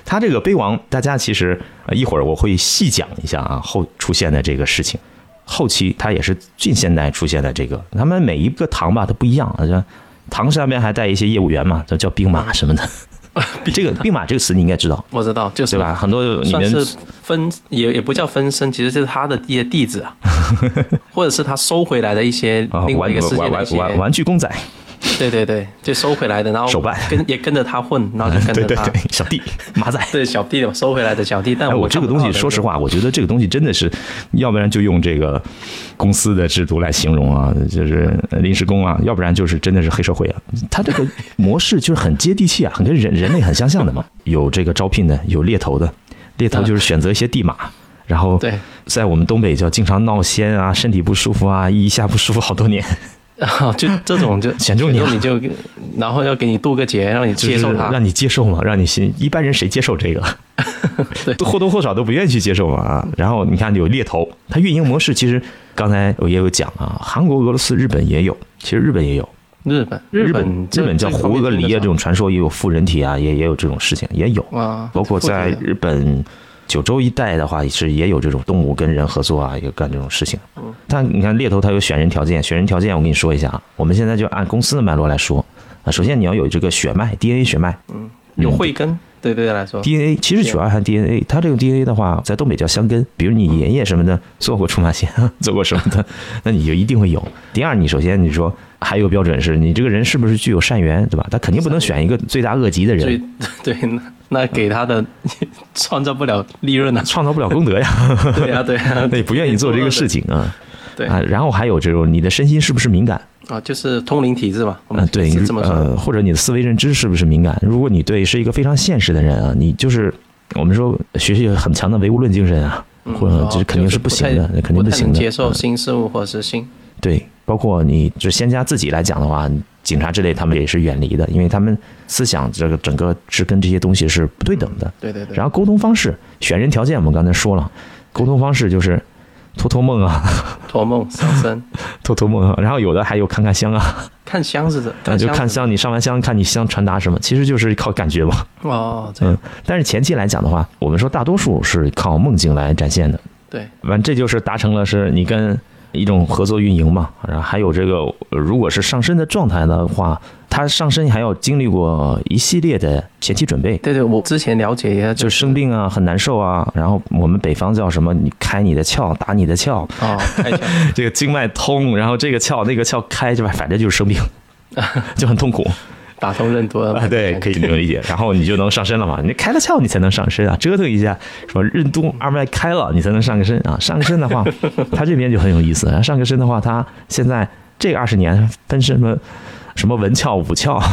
Speaker 2: 他这个碑王，大家其实呃一会儿我会细讲一下啊，后出现的这个事情，后期它也是近现代出现的这个，他们每一个堂吧它不一样，啊，像堂上面还带一些业务员嘛，就叫兵马什么 的。这个兵马这个词你应该知道
Speaker 3: 我知道，就是
Speaker 2: 对吧？？很多你
Speaker 3: 算
Speaker 2: 们
Speaker 3: 是分也也不叫分身，其实就是他的一些弟子啊， 或者是他收回来的一些
Speaker 2: 啊
Speaker 3: 另外
Speaker 2: 玩
Speaker 3: 一个世界
Speaker 2: 玩
Speaker 3: 的一
Speaker 2: 玩
Speaker 3: 些
Speaker 2: 玩玩具公仔，
Speaker 3: 对对对，就收回来的，然后
Speaker 2: 手办
Speaker 3: 跟也跟着他混，然后就 跟
Speaker 2: 对
Speaker 3: 着
Speaker 2: 对
Speaker 3: 他，
Speaker 2: 对，小弟马仔。
Speaker 3: 对小弟嘛，收回来的小弟。但
Speaker 2: 哎，我这个
Speaker 3: 看不
Speaker 2: 东
Speaker 3: 到
Speaker 2: 西，
Speaker 3: 的
Speaker 2: 说实，话，我觉得这个东西真的是，要不然就用这个公司的制度来形容啊，就是临时工啊，要不然就是真的是黑社会啊。它这个模式就是很接地气啊，很跟人人类很相像的嘛。有这个招聘的，有猎头的，猎头就是选择一些地马，然后
Speaker 3: 对，
Speaker 2: 在我们东北叫经常闹仙啊，身体不舒服啊，一下不舒服好多年，
Speaker 3: 然后哦就这种 就
Speaker 2: 选中你了
Speaker 3: 你就，然后要给你渡个劫，让你
Speaker 2: 就是
Speaker 3: 接受他。
Speaker 2: 让你接受嘛，让你心一般人谁接受这个？
Speaker 3: 对
Speaker 2: 都或多或少都不愿意去接受嘛啊。然后你看有猎头，它运营模式其实刚才我也有讲啊，韩国、俄罗斯、日本也有，其实日本也有。
Speaker 3: 日本，
Speaker 2: 日
Speaker 3: 本，
Speaker 2: 日本叫
Speaker 3: 胡
Speaker 2: 胡鹅梨啊，这种传说也有附人体啊，也也有这种事情，也有。
Speaker 3: 哇，
Speaker 2: 包括在
Speaker 3: 哦这个
Speaker 2: 日本九州一带的话，也是也有这种动物跟人合作啊，也干这种事情。
Speaker 3: 嗯
Speaker 2: 但你看猎头它有选人条件，选人条件我跟你说一下啊，我们现在就按公司的脉络来说啊，首先你要有这个血脉 DNA 血脉
Speaker 3: 有慧根，对对来说，
Speaker 2: DNA，其实主要还是 DNA，它这个 DNA 的话，在东北叫香根，比如你爷爷什么的做过出马仙， 做过什么的，那你就一定会有。第二，你首先你说还有个标准是你这个人是不是具有善缘，对吧？他肯定不能选一个罪大恶极的
Speaker 3: 所以
Speaker 2: 人。，
Speaker 3: 对，那那给他的 创造不了利润啊
Speaker 2: 创造不了功德呀，
Speaker 3: 对啊对啊，
Speaker 2: 那也不愿意做这个事情啊。
Speaker 3: 对
Speaker 2: 啊，然后还有这种你的身心是不是敏感？
Speaker 3: 啊，就是通灵体质嘛，
Speaker 2: 嗯、
Speaker 3: 我们
Speaker 2: 对，
Speaker 3: 是这么说的，
Speaker 2: 呃，或者你的思维认知是不是敏感？如果你对是一个非常现实的人啊，你就是我们说学习有很强的唯物论精神啊，
Speaker 3: 嗯
Speaker 2: 或者这
Speaker 3: 哦
Speaker 2: 肯定
Speaker 3: 就是
Speaker 2: 不行的
Speaker 3: 太，
Speaker 2: 肯定
Speaker 3: 不
Speaker 2: 不
Speaker 3: 太
Speaker 2: 行
Speaker 3: 能
Speaker 2: 的。
Speaker 3: 接受
Speaker 2: 嗯
Speaker 3: 新事物或者是新，
Speaker 2: 对，包括你就仙家自己来讲的话，警察之类他们也是远离的，因为他们思想这个整个是跟这些东西是不对等的。
Speaker 3: 对对对，
Speaker 2: 然后沟通方式，选人条件我们刚才说了，沟通方式就是托托梦啊，
Speaker 3: 托梦上身，
Speaker 2: 托托梦啊，然后有的还有看看香啊，
Speaker 3: 看箱子的，
Speaker 2: 那就看
Speaker 3: 箱子
Speaker 2: 香，你上完香看你香传达什么，其实就是靠感觉嘛。
Speaker 3: 哦，这样
Speaker 2: 嗯但是前期来讲的话，我们说大多数是靠梦境来展现的。
Speaker 3: 对，
Speaker 2: 完，这就是达成了是你跟一种合作运营嘛，然后还有这个，呃如果是上身的状态的话，它上身还要经历过一系列的前期准备，
Speaker 3: 对对，我之前了解一下，就
Speaker 2: 就是生病啊，很难受啊，然后我们北方叫什么？你开你的窍，打你的窍，
Speaker 3: 哦， 看一下，
Speaker 2: 这个经脉通，然后这个窍那个窍开，就反正就是生病，就很痛苦。
Speaker 3: 打通任督二脉
Speaker 2: 啊，对，可以这么理解。然后你就能上身了嘛？你开了窍，你才能上身啊！折腾一下，什么任督二脉开了，你才能上个身啊！上个身的 话，他这边就很有意思。然后上个身的话，他现在这二十年分什么什么文窍、武窍，
Speaker 3: 啊，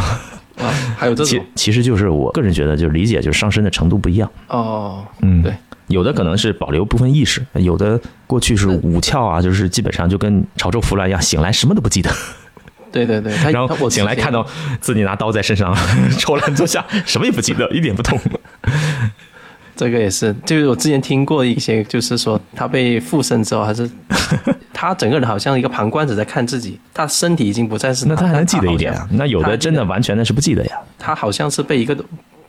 Speaker 3: 还有这
Speaker 2: 其
Speaker 3: 种
Speaker 2: 其实就是我个人觉得，就是理解就是上身的程度不一样。
Speaker 3: 哦，
Speaker 2: 嗯
Speaker 3: 对，
Speaker 2: 有的可能是保留部分意识，有的过去是五窍啊，就是基本上就跟潮州腐烂一样，醒来什么都不记得，
Speaker 3: 对对对，他
Speaker 2: 然
Speaker 3: 他
Speaker 2: 后
Speaker 3: 哎我
Speaker 2: 醒来
Speaker 3: 之前
Speaker 2: 看到自己拿刀在身上 抽栏坐下，什么也不记得，一点不痛。
Speaker 3: 这个也是，就是我之前听过一些，就是说他被附身之后，还是他整个人好像一个旁观者在看自己，他身体已经不再是
Speaker 2: 那他还能记得
Speaker 3: 好
Speaker 2: 一点啊
Speaker 3: 像？
Speaker 2: 那有
Speaker 3: 他
Speaker 2: 的真的完全的是不记得呀。
Speaker 3: 他好像是被一个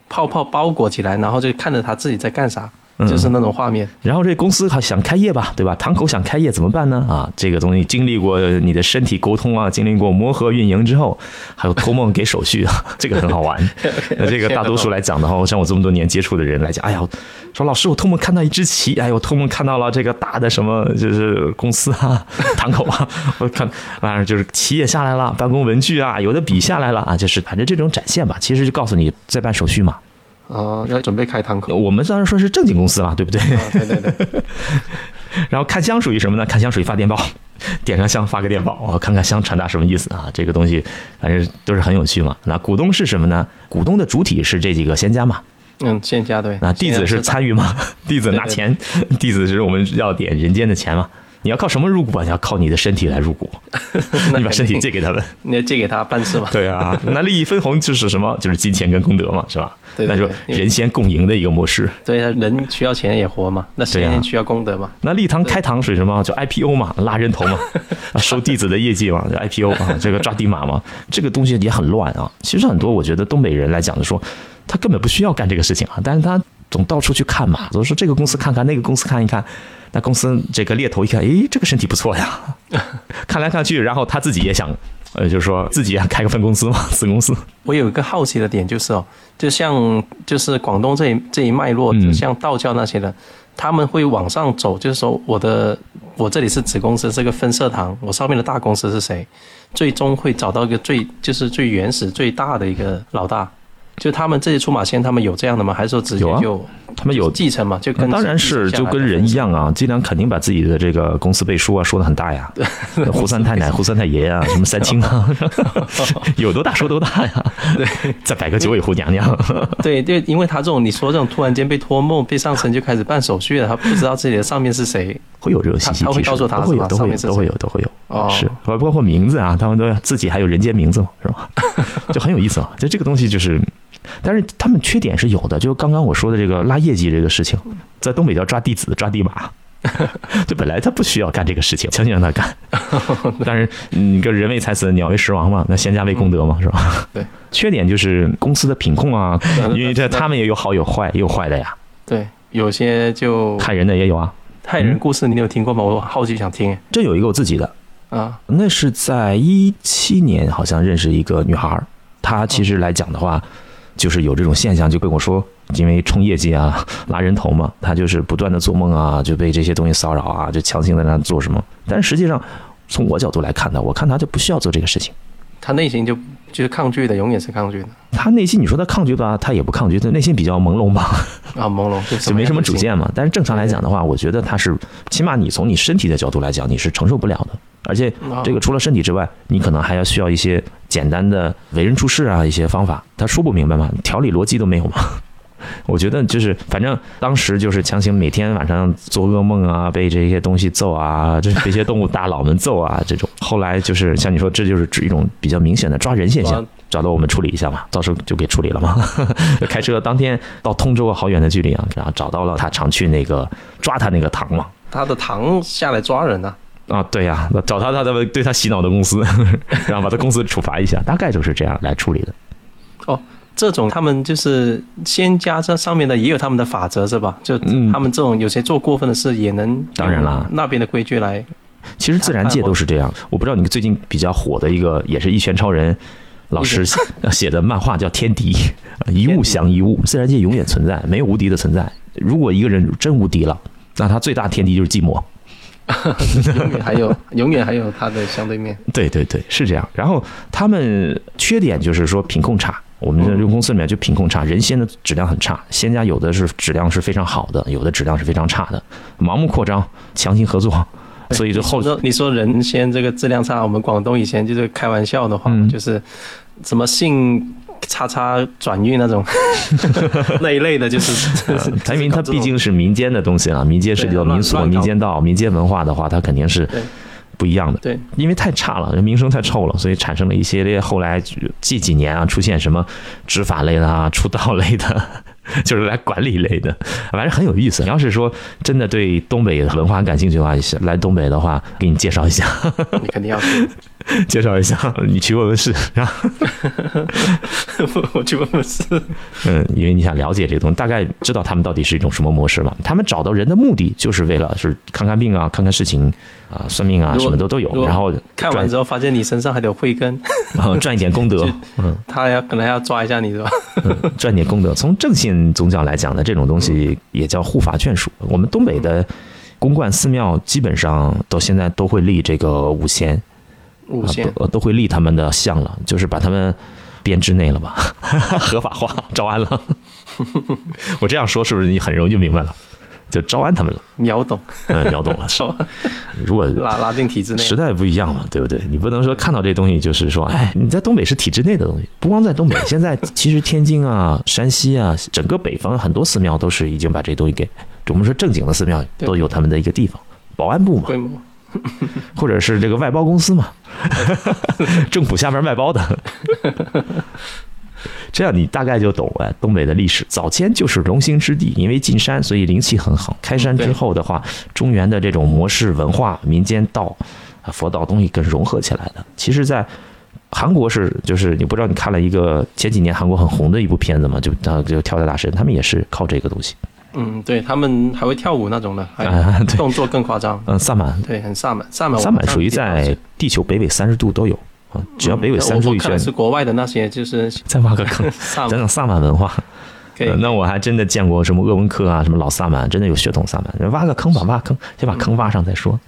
Speaker 3: 泡泡包裹起来，然后就看着他自己在干啥，
Speaker 2: 嗯
Speaker 3: 就是那种画面。
Speaker 2: 然后这公司还想开业吧，对吧？堂口想开业怎么办呢？啊，这个东西经历过你的身体沟通啊，经历过磨合运营之后，还有托梦给手续啊， 这个很 好玩。那这个大多数来讲的话，像我这么多年接触的人来讲，哎呀，说老师，我托梦看到一只棋，哎，我托梦看到了这个大的什么，就是公司 啊，堂口啊，我看，反正就是棋也下来了，办公文具啊，有的笔下来了啊，就是反正这种展现吧，其实就告诉你在办手续嘛。
Speaker 3: 哦，要准备开堂口。
Speaker 2: 呃我们当然说是正经公司了，对不对？
Speaker 3: 啊，对对对，
Speaker 2: 然后看香属于什么呢？看香属于发电报， 点上香发个电报，我看看香传达什么意思啊？这个东西反正都是很有趣嘛。那股东是什么呢？股东的主体是这几个先家嘛，
Speaker 3: 嗯，线下对。
Speaker 2: 那弟子是参与 嘛？弟子拿钱，弟子是我们要点人间的钱嘛？你要靠什么入股啊？你要靠你的身体来入股， 你把身体借给他们。
Speaker 3: 你要借给他办事吧？
Speaker 2: 对啊，那利益分红就是什么？就是金钱跟功德嘛，是吧？
Speaker 3: 对对
Speaker 2: 那就
Speaker 3: 对因为
Speaker 2: 人先共赢的一个模式。
Speaker 3: 对啊，人需要钱也活嘛，那
Speaker 2: 对啊
Speaker 3: 钱需要功德嘛。
Speaker 2: 那立堂开堂属于什么？就 IPO 嘛，拉人头嘛，啊收弟子的业绩嘛，就 IPO 啊，这个抓地马嘛，这个东西也很乱啊。其实很多我觉得东北人来讲的说，他根本不需要干这个事情啊，但是他总到处去看嘛，总是说这个公司看看，那个公司看一看，那公司这个猎头一看，诶，这个身体不错呀，看来看去，然后他自己也想，呃，就是说自己也开个分公司嘛，子公司，
Speaker 3: 我有一个好奇的点就是哦，就像就是广东这一这一脉络，
Speaker 2: 嗯
Speaker 3: 就像道教那些人，他们会往上走，就是说我的我这里是子公司，这个分社堂，我上面的大公司是谁，最终会找到一个最就是最原始最大的一个老大。就他们这些出马仙，他们有这样的吗？还是说直接
Speaker 2: 有啊
Speaker 3: 就
Speaker 2: 他们有啊
Speaker 3: 继承嘛？就跟
Speaker 2: 哎当然是就跟人一样啊，尽量肯定把自己的这个公司背书啊说的很大呀，胡三太奶、胡三太爷啊，什么三清 啊，有多大说多大呀，对，再摆个九尾狐娘娘，
Speaker 3: 对对，因为他这种你说这种突然间被托梦被上身就开始办手续了，他不知道自己的上面是谁，
Speaker 2: 会有这种信息
Speaker 3: 他他会
Speaker 2: 提示
Speaker 3: 告诉他
Speaker 2: 都会
Speaker 3: 是
Speaker 2: 有，
Speaker 3: 吧
Speaker 2: 都会
Speaker 3: 上
Speaker 2: 有，
Speaker 3: 面是
Speaker 2: 都会有，都会有，
Speaker 3: 哦
Speaker 2: 是，包括名字啊，他们都自己还有人间名字嘛，是 吧？就很有意思啊，就这个东西就是，但是他们缺点是有的，就刚刚我说的这个拉业绩这个事情，在东北叫抓地子、抓地马。 就本来他不需要干这个事情，强行让他干， 但是你个人为财死，鸟为食亡嘛，那先家为功德嘛，是吧？
Speaker 3: 嗯对，
Speaker 2: 缺点就是公司的品控啊，因为这
Speaker 3: 那
Speaker 2: 他们也有好有坏，也有坏的呀，
Speaker 3: 对，有些就
Speaker 2: 害人的也有啊。
Speaker 3: 害人故事，你有听过吗？我好奇想听
Speaker 2: 这有一个我自己的，
Speaker 3: 啊。
Speaker 2: 那是在一七年，好像认识一个女孩儿，她其实来讲的话，就是有这种现象，就跟我说，因为冲业绩啊、拉人头嘛，她就是不断的做梦啊，就被这些东西骚扰啊，就强行在那做什么。但实际上，从我角度来看呢，我看她就不需要做这个事情。
Speaker 3: 他内心就就是抗拒的，永远是抗拒的
Speaker 2: 她内心你说她抗拒吧，她也不抗拒，她内心比较朦胧吧，
Speaker 3: 啊，朦胧就
Speaker 2: 就没什么主。见嘛。但是正常来讲的话，我觉得她是，起码你从你身体的角度来讲，你是承受不了的。而且
Speaker 3: 啊
Speaker 2: 这个除了身体之外，你可能还要需要一些简单的为人处事啊，一些方法。他说不明白嘛，条理逻辑都没有嘛。 我觉得就是，反正当时就是强行每天晚上做噩梦啊，被这些东西揍啊，这这些动物大佬们揍啊，这种。 后来就是像你说，这就是指一种比较明显的抓人现象
Speaker 3: 抓，
Speaker 2: 找到我们处理一下嘛，到时候就给处理了嘛。 就开车当天到通州啊，好远的距离啊，然后找到了他常去那个抓他那个堂嘛，
Speaker 3: 他的堂下来抓人啊，
Speaker 2: 啊，对呀、那找他他他对他洗脑的公司， 然后把他公司处罚一下，大概就是这样来处理的。
Speaker 3: 这种他们就是先加这上面的，也有他们的法则是吧？就
Speaker 2: 嗯
Speaker 3: 他们这种有些做过分的事，也能
Speaker 2: 当然啦
Speaker 3: 用那边的规 矩来
Speaker 2: 其实自然界都是这样。我不知道你最近比较火的一个，也是一拳超人老师写的漫画叫《天 敌》，一物降一物，自然界永远存在，没有无敌的存在。如果一个人真无敌了，那他最大天敌就是寂寞。
Speaker 3: 永远还有，永远还有它的相对面。
Speaker 2: 对对对，是这样。然后他们缺点就是说品控差，我们这
Speaker 3: 嗯
Speaker 2: 用公司里面就品控差，人鲜的质量很差，鲜家有的是质量是非常好的，有的质量是非常差的，盲目扩张，强行合作，所以就后
Speaker 3: 你说你说人鲜这个质量差，我们广东以前就是开玩笑的话，
Speaker 2: 嗯
Speaker 3: 就是什么姓叉叉转运 那种 那一类的，就是
Speaker 2: 呃排名它毕竟是民间的东西啊，民间涉及到
Speaker 3: 对
Speaker 2: 民俗、
Speaker 3: 乱乱搞
Speaker 2: 民间道、民间文化的话，它肯定是
Speaker 3: 对
Speaker 2: 不一样的。
Speaker 3: 对，
Speaker 2: 因为太差了，人名声太臭了，所以产生了一系列后来这几年啊，出现什么执法类的啊、出道类的， 就是来管理类的，反正很有意思。你要是说真的对东北文化感兴趣的话，来东北的话，给你介绍一下，
Speaker 3: 你肯定要去。
Speaker 2: 介绍一下，你去问问试。然后，
Speaker 3: 我我去问问是，
Speaker 2: 嗯，因为你想了解这个东西，大概知道他们到底是一种什么模式嘛？他们找到人的目的就是为了是看看病啊、看看事情啊、算命啊，
Speaker 3: 如
Speaker 2: 什
Speaker 3: 果
Speaker 2: 么都都有
Speaker 3: 如，果
Speaker 2: 然后呃
Speaker 3: 看完之后发现你身上还有慧根，
Speaker 2: 赚赚一点功德
Speaker 3: 就。
Speaker 2: 嗯。
Speaker 3: 他要可能要抓一下你
Speaker 2: 啊
Speaker 3: 是吧？
Speaker 2: 赚点功德。从正信宗教来讲呢，这种东西也叫护法眷属。我们东北的公观寺庙基本上到现在都会立这个五仙，
Speaker 3: 五
Speaker 2: 啊
Speaker 3: 线，
Speaker 2: 都呃都会立他们的像了，就是把他们编制内了吧， 合法化招安了。 我这样说是不是你很容易就明白了？就招安他们了，
Speaker 3: 秒懂，
Speaker 2: 嗯，秒懂 了。
Speaker 3: 是吧？
Speaker 2: 如果
Speaker 3: 拉拉进体制内。
Speaker 2: 时代不一样嘛，对不对？你不能说看到这东西就是说，哎，你在东北是体制内的东西，不光在东北，现在其实天津啊、山西啊，整个北方很多寺庙都是已经把这东西给，我们说正经的寺庙
Speaker 3: 对
Speaker 2: 都有他们的一个地方，保安部嘛，
Speaker 3: 规模，
Speaker 2: 或者是这个外包公司嘛，政府下面外包的。这样你大概就懂了东北的历史。早先就是龙兴之地，因为进山，所以灵气很好。开山之后的话，中原的这种模式文化、民间道、啊佛道东西跟融合起来的。其实，在韩国是，就是你不知道你看了一个前几年韩国很红的一部片子嘛，就啊就跳跳大神，他们也是靠这个东西。
Speaker 3: 嗯，对他们还会跳舞那种的，还
Speaker 2: 啊 对
Speaker 3: 动作更夸张。
Speaker 2: 嗯，萨满
Speaker 3: 对，很萨满，萨满我
Speaker 2: 萨满属于
Speaker 3: 看了几
Speaker 2: 在
Speaker 3: 张
Speaker 2: 地球北纬三十度都有啊，只要北纬
Speaker 3: 嗯
Speaker 2: 三十度
Speaker 3: 我
Speaker 2: 以
Speaker 3: 我看
Speaker 2: 上
Speaker 3: 的，是国外的那些，就是
Speaker 2: 再挖个坑，
Speaker 3: 萨
Speaker 2: 讲
Speaker 3: 满，
Speaker 2: 讲萨满文化。
Speaker 3: 可以
Speaker 2: 呃那我还真的见过什么鄂温克啊，什么老萨满，真的有血统萨满。挖个坑吧，挖坑，先把坑
Speaker 3: 嗯
Speaker 2: 挖上再说。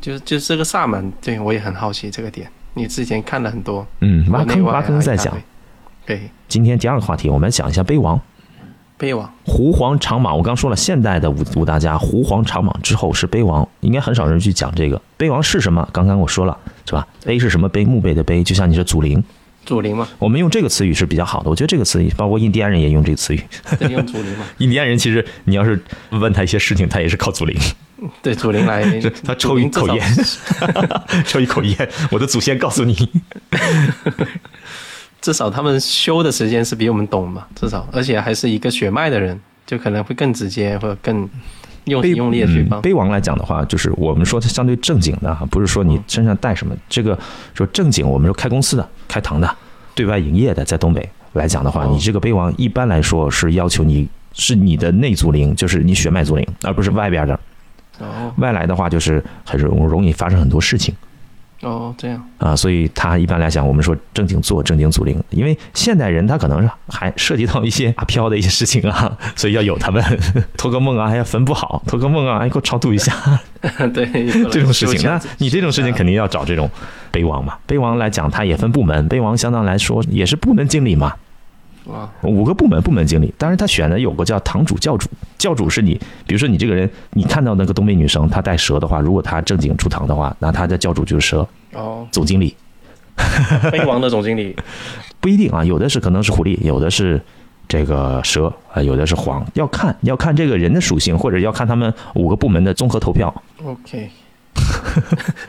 Speaker 3: 就是就是这个萨满，对我也很好奇这个点。你之前看了很多，
Speaker 2: 嗯，挖
Speaker 3: 国内
Speaker 2: 坑
Speaker 3: 外
Speaker 2: 挖坑
Speaker 3: 还
Speaker 2: 再
Speaker 3: 一大
Speaker 2: 讲
Speaker 3: 堆。。对，
Speaker 2: 今天第二个话题，我们来讲一下碑王
Speaker 3: 背网
Speaker 2: 胡黄长蟒。我刚说了，现代的武武大家胡黄长蟒之后是碑王，应该很少人去讲这个碑王是什么。刚刚我说了是吧？碑是什么碑？墓碑的碑，就像你说祖灵，
Speaker 3: 祖灵嘛，
Speaker 2: 我们用这个词语是比较好的。我觉得这个词语，包括印第安人也用这个词语。
Speaker 3: 对，用祖灵嘛，
Speaker 2: 印第安人其实你要是问他一些事情，他也是靠祖灵。
Speaker 3: 对，祖灵来
Speaker 2: 这，他抽一口烟
Speaker 3: 祖灵至少
Speaker 2: 抽一口烟，我的祖先告诉 你，
Speaker 3: 至少他们修的时间是比我们懂嘛，至少，而且还是一个血脉的人，就可能会更直接或者更用
Speaker 2: 嗯
Speaker 3: 心用力的去帮。
Speaker 2: 碑王来讲的话，就是我们说它相对正经的哈，不是说你身上带什么。这个说正经，我们说开公司的、开堂的、对外营业的，在东北来讲的话，
Speaker 3: 哦
Speaker 2: 你这个碑王一般来说是要求你是你的内族灵，就是你血脉族灵，而不是外边的。
Speaker 3: 哦
Speaker 2: 外来的话，就是很容容易发生很多事情。
Speaker 3: 哦，这样，
Speaker 2: 啊，所以他一般来讲，我们说正经做正经祖灵，因为现代人他可能是还涉及到一些阿飘的一些事情啊，所以要有他们托个梦啊，哎呀坟不好，托个梦啊，哎给我超度一下
Speaker 3: 对，
Speaker 2: 这种事情。
Speaker 3: 啊
Speaker 2: 那，你这种事情肯定要找这种碑王嘛。碑王来讲，他也分部门，碑王相当来说也是部门经理嘛，
Speaker 3: 哇，
Speaker 2: 五个部门部门经理，当然他选的有个叫堂主、教主。教主是你，比如说你这个人，你看到那个东北女生她带蛇的话，如果她正经出堂的话，那她的教主就是蛇
Speaker 3: 哦，
Speaker 2: 总经理。
Speaker 3: 飞王的总经理，
Speaker 2: 不一定啊，有的是可能是狐狸，有的是这个蛇啊，有的是黄，要看要看这个人的属性，或者要看他们五个部门的综合投 票。
Speaker 3: OK，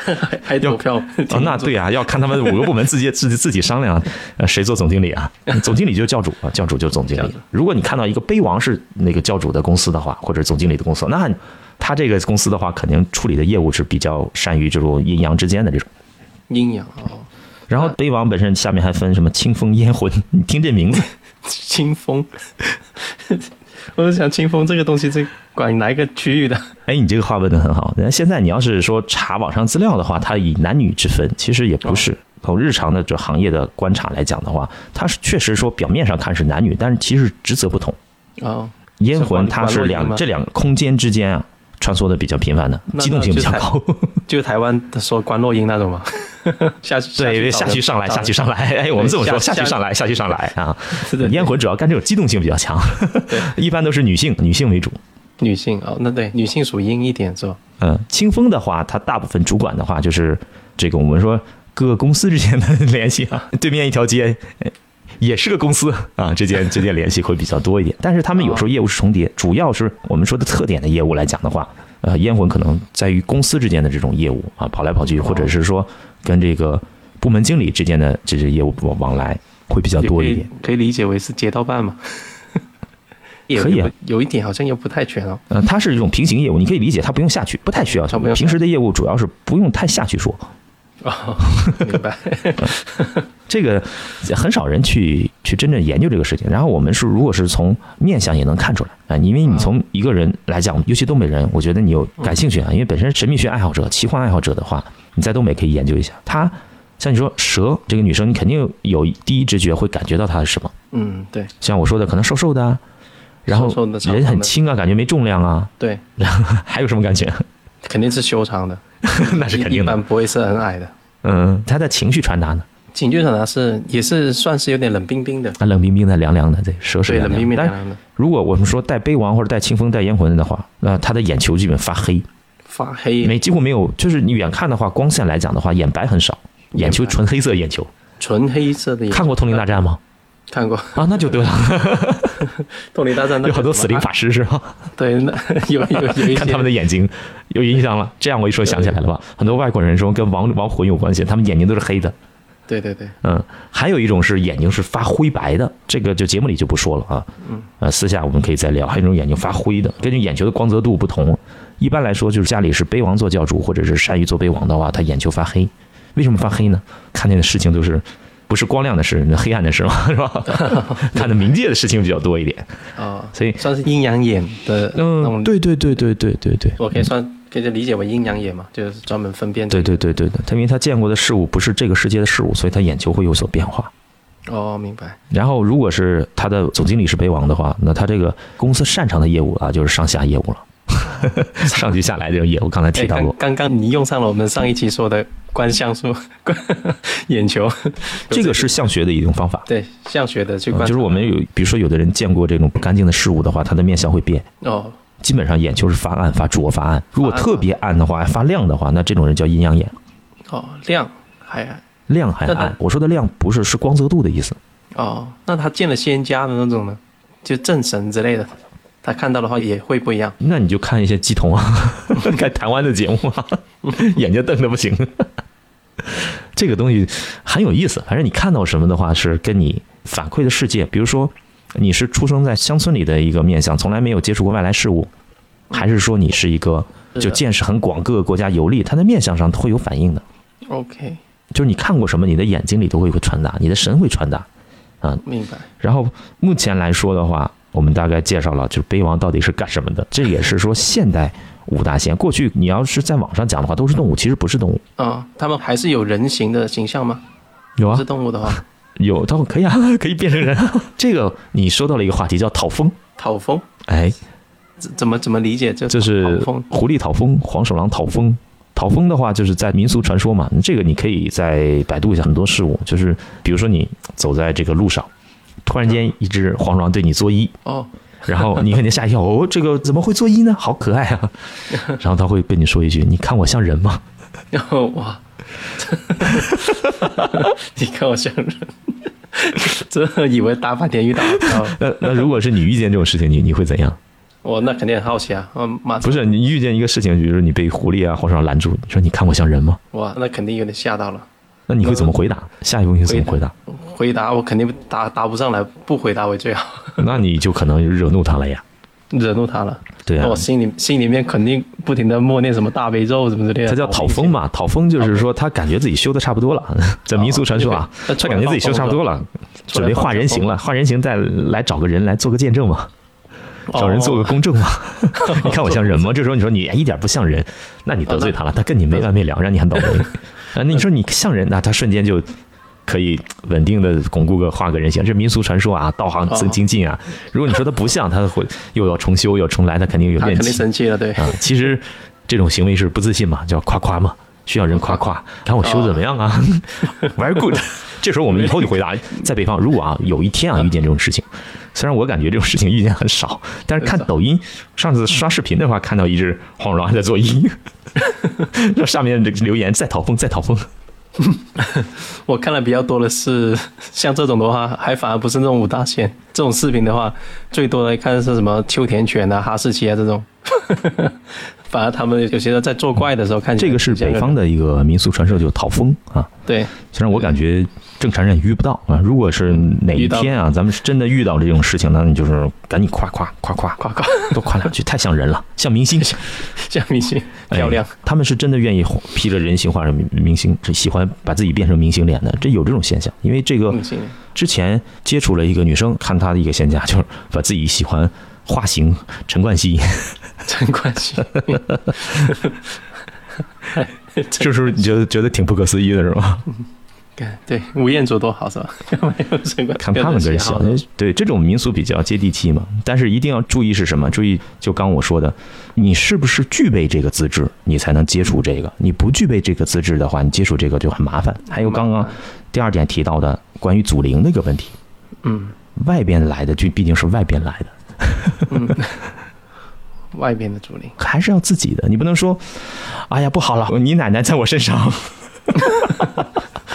Speaker 3: 还还投票？
Speaker 2: 哦，那对啊，要看他们五个部门自己自己自己商量，呃，谁做总经理 啊？总经理就是教主啊，教主就是总经
Speaker 3: 教
Speaker 2: 理
Speaker 3: 主。
Speaker 2: 如果你看到一个杯王是那个教主的公司的话，或者总经理的公司，那他这个公司的话，肯定处理的业务是比较善于这种阴阳之间的这种。
Speaker 3: 阴阳哦，
Speaker 2: 然后杯王本身下面还分什么清风烟魂，你听这名字，
Speaker 3: 清风。 我就想清风这个东西是管哪一个区域的？
Speaker 2: 哎，你这个话问的很好。那现在你要是说查网上资料的话，它以男女之分，其实也不
Speaker 3: 哦
Speaker 2: 是。从日常的这行业的观察来讲的话，它是确实说表面上看是男女，但是其实职责不同。
Speaker 3: 哦，
Speaker 2: 烟
Speaker 3: 管
Speaker 2: 魂它是
Speaker 3: 管落地
Speaker 2: 两
Speaker 3: 吗
Speaker 2: 这两个空间之间啊，穿梭的比较频繁的，
Speaker 3: 那
Speaker 2: 机动性比较高。
Speaker 3: 就台湾说关落英那种嘛， 下 去
Speaker 2: 对，
Speaker 3: 找
Speaker 2: 下
Speaker 3: 的
Speaker 2: 去上来，
Speaker 3: 找
Speaker 2: 下
Speaker 3: 的
Speaker 2: 去上来，哎，我们这么说，
Speaker 3: 下
Speaker 2: 下去上来，下去上来啊！
Speaker 3: 对对
Speaker 2: 烟魂主要干这种机动性比较强， 一般都是女性，女性为主。
Speaker 3: 女性哦，那对女性属阴一点是吧？
Speaker 2: 嗯，清风的话，它大部分主管的话就是这个我们说各个公司之间的联系啊， 对面一条街。哎也是个公司啊，之间之间联系会比较多一点，但是他们有时候业务是重叠，主要是我们说的特点的业务来讲的话，呃，烟魂可能在于公司之间的这种业务啊，跑来跑去，或者是说跟这个部门经理之间的这些业务往往来会比较多一点。
Speaker 3: 也可以，可以理解为是街道 办嘛。也
Speaker 2: 可以啊
Speaker 3: 也不有一点好像又不太全哦。
Speaker 2: 呃，它是一种平行业务，你可以理解，它不用下去，不太需要
Speaker 3: 它不用下
Speaker 2: 平时的业务主要是不用太下去说，
Speaker 3: 哦， 明白。
Speaker 2: 这个很少人去去真正研究这个事情。然后我们是如果是从面相也能看出来啊，因为你从一个人来讲，尤其东北人，我觉得你有感兴
Speaker 3: 嗯
Speaker 2: 趣啊，因为本身神秘学爱好者、奇幻爱好者的话，你在东北可以研究一下。她像你说蛇这个女生，你肯定有第一直觉会感觉到她是什么，
Speaker 3: 嗯，对
Speaker 2: 像我说的，可能瘦瘦的、啊，然后
Speaker 3: 瘦瘦的长
Speaker 2: 人
Speaker 3: 长
Speaker 2: 很
Speaker 3: 的
Speaker 2: 轻啊，感觉没重量啊，
Speaker 3: 对，
Speaker 2: 还有什么感觉？嗯
Speaker 3: 肯定是修长的，
Speaker 2: 那是肯
Speaker 3: 一
Speaker 2: 定的。
Speaker 3: 般不会是很矮的。
Speaker 2: 嗯，她的情绪传达呢？
Speaker 3: 警局长呢啊是也是算是有点冷冰冰的，
Speaker 2: 啊，冷冰冰的、凉凉的，这蛇是
Speaker 3: 对，
Speaker 2: 凉凉
Speaker 3: 冷
Speaker 2: 的。
Speaker 3: 冰冰
Speaker 2: 但是
Speaker 3: 凉凉的，
Speaker 2: 如果我们说带杯王或者带清风、带烟魂的话，那他的眼球基本发黑，
Speaker 3: 发黑，
Speaker 2: 没几乎没有，就是你远看的话，光线来讲的话，眼白很少，眼球纯黑色眼球。
Speaker 3: 纯黑色的眼。
Speaker 2: 看过《通灵大战》吗？
Speaker 3: 看过《
Speaker 2: 啊，那就对了，
Speaker 3: 动力大战》，
Speaker 2: 有很多死灵，法师是吧？
Speaker 3: 对，那 有有有一些
Speaker 2: 看他们的眼睛有印象了。这样我一说想起来了吧？很多外国人说跟亡亡魂有关系，他们眼睛都是黑的。
Speaker 3: 对对对，
Speaker 2: 嗯，还有一种是眼睛是发灰白的，这个就节目里就不说了啊。嗯，呃，私下我们可以再聊。还有一种眼睛发灰的，根据眼球的光泽度不同，一般来说就是家里是杯王做教主或者是单于做杯王的话，他眼球发黑。为什么发黑呢？看见的事情都是不是光亮的事，那黑暗的事嘛，是吧？看的冥界的事情比较多一点，
Speaker 3: 哦，
Speaker 2: 所以。
Speaker 3: 算是阴阳眼的那
Speaker 2: 嗯，
Speaker 3: 种，
Speaker 2: 对对对对对对对，
Speaker 3: 我可以算可以理解为阴阳眼嘛，就是专门分辨
Speaker 2: 对对对对对，他因为他见过的事物不是这个世界的事物，所以他眼球会有所变化。
Speaker 3: 哦，明白。
Speaker 2: 然后，如果是他的总经理是杯王的话，那他这个公司擅长的业务啊，就是上下业务 了，上去下来这种业务，刚才提
Speaker 3: 哎，
Speaker 2: 到过
Speaker 3: 刚。刚刚你用上了我们上一期说的观 像素、观眼球，
Speaker 2: 这个是相学的一种方法，
Speaker 3: 对像学的去
Speaker 2: 嗯
Speaker 3: 观察、
Speaker 2: 就是我们有，比如说有的人见过这种不干净的事物的话，他的面相会变，
Speaker 3: 哦，
Speaker 2: 基本上眼球是发暗、发浊、发暗。如果特别暗的话，发亮的话，那这种人叫阴阳眼，
Speaker 3: 哦，亮还
Speaker 2: 亮还
Speaker 3: 那他
Speaker 2: 暗。我说的亮不是是光泽度的意思，
Speaker 3: 哦，那他见了仙家的那种呢，就正神之类的，他看到的话也会不一样。
Speaker 2: 那你就看一些鸡 童啊，看台湾的节目啊，眼睛瞪得不行。这个东西很有意思，反正你看到什么的话，是跟你反馈的世界。比如说，你是出生在乡村里的一个面相，从来没有接触过外来事物，还是说你是一个
Speaker 3: 是的
Speaker 2: 就见识很广、各个国家游历，它的面相上会有反应的。
Speaker 3: OK，
Speaker 2: 就是你看过什么，你的眼睛里都会会传达，你的神会传达。
Speaker 3: 明白。
Speaker 2: 然后目前来说的话，我们大概介绍了，就是杯王到底是干什么的。这也是说现代五大仙，过去你要是在网上讲的话，都是动物，其实不是动物。
Speaker 3: 哦，他们还是有人形的形象吗？
Speaker 2: 有
Speaker 3: 不
Speaker 2: 啊
Speaker 3: 是，动 物的话，
Speaker 2: 有，他可以啊，可以变成人啊。这个你说到了一个话题，叫讨风。
Speaker 3: 讨风
Speaker 2: 哎，
Speaker 3: 怎怎么怎么理解？就
Speaker 2: 就
Speaker 3: 这
Speaker 2: 是
Speaker 3: 讨风
Speaker 2: 狐狸讨风，黄鼠狼讨风。讨风的话，就是在民俗传说嘛，这个你可以在百度一下很多事物，就是比如说你走在这个路上，突然间一只黄鼠狼对你作揖，
Speaker 3: 哦，
Speaker 2: 然后你肯定吓一跳，哦，这个怎么会作揖呢？好可爱啊！然后他会跟你说一句：“你看我像人吗
Speaker 3: 然后哇， 你看我像人， 真以为打反天遇到，哦？”
Speaker 2: 那那如果是你遇见这种事情，你你会怎样？
Speaker 3: 我那肯定很好奇啊，嗯，马
Speaker 2: 不是你遇见一个事情，比如说你被狐狸啊、黄鼠狼拦住，你说你看我像人吗？
Speaker 3: 哇，那肯定有点吓到了。
Speaker 2: 那你会怎么回答？下一步你会怎么回答？
Speaker 3: 回答我肯定答答不上来，不回答为最好，
Speaker 2: 那你就可能惹怒他了呀。
Speaker 3: 惹怒他了。
Speaker 2: 对啊
Speaker 3: 那我，心里心里面肯定不停的默念什么大悲咒什么之类的。哦
Speaker 2: 他叫讨风嘛，讨风就是说他感觉自己修的差不多了，在民俗传说啊，
Speaker 3: 那
Speaker 2: 他
Speaker 3: 出来
Speaker 2: 感觉自己修差不多了，
Speaker 3: 出
Speaker 2: 准
Speaker 3: 来
Speaker 2: 备
Speaker 3: 放
Speaker 2: 画人形了，画人形再来找个人来做个见证嘛。
Speaker 3: 哦，
Speaker 2: 找人做个公 证嘛。你看我像人吗？这时候你说你一点不像人， 那你得罪他了，他跟你没完没了，让你很倒霉。啊，那你说你像人，那他瞬间就可以稳定的巩固个画个人形，这民俗传说啊，道行
Speaker 3: 哦
Speaker 2: 真精进啊。如果你说它不像，它会又要重修，又要重来，它肯定有
Speaker 3: 他
Speaker 2: 怨
Speaker 3: 肯定
Speaker 2: 气
Speaker 3: 生气了，对。
Speaker 2: 啊。其实这种行为是不自信嘛，叫夸夸嘛，需要人夸 夸，看我修的怎么样啊 ，very 哦 good。这 时候我们以后就回答，在北方，如果啊有一天啊遇见这种事情，虽然我感觉这种事情遇见很少，但是看抖音，上次刷视频的话，看到一只黄鼠狼还在做揖，这上面这个留言在讨风，在讨风。
Speaker 3: 我看的比较多的是， 像这种的话，还反而不是那种五大仙这种视频的话，最多的看是什么秋田犬啊、哈士奇啊这种。 反而他们有些人在作怪的时候看起
Speaker 2: 这
Speaker 3: 来
Speaker 2: 个是
Speaker 3: 像
Speaker 2: 北方的一个民俗传说，就是讨风啊。
Speaker 3: 对
Speaker 2: 虽然我感觉正常人遇不到啊，如果是哪一天啊，咱们是真的遇到这种事情呢，那你就是赶紧夸夸夸夸
Speaker 3: 夸 夸
Speaker 2: 多夸两句，太像人了，像明星，
Speaker 3: 像明星
Speaker 2: 哎
Speaker 3: 漂亮，
Speaker 2: 他们是真的愿意披着人形画成明明星，只喜欢把自己变成明星脸的，这有这种现象。因为这个
Speaker 3: 明星
Speaker 2: 之前接触了一个女生，看她的一个现象，就是把自己喜欢化形陈冠希，
Speaker 3: 陈冠希，
Speaker 2: 这时候 你觉得觉得挺不可思议的是吧？
Speaker 3: 看对吴彦祖多好是吧？ 没有陈冠，
Speaker 2: 看他们个人喜
Speaker 3: 喜
Speaker 2: 好
Speaker 3: 好的，，
Speaker 2: 对这种民俗比较接地气嘛。但是一定要注意是什么？注意就刚我说的，你是不是具备这个资质，你才能接触这个？你不具备这个资质的话，你接触这个就很麻烦。还有刚刚第二点提到的关于祖灵的一个问题，
Speaker 3: 嗯
Speaker 2: 外边来的就毕竟是外边来的，
Speaker 3: 嗯， 外边的竹林，
Speaker 2: 还是要自己的。你不能说，哎呀不好了， 你奶奶在我身上。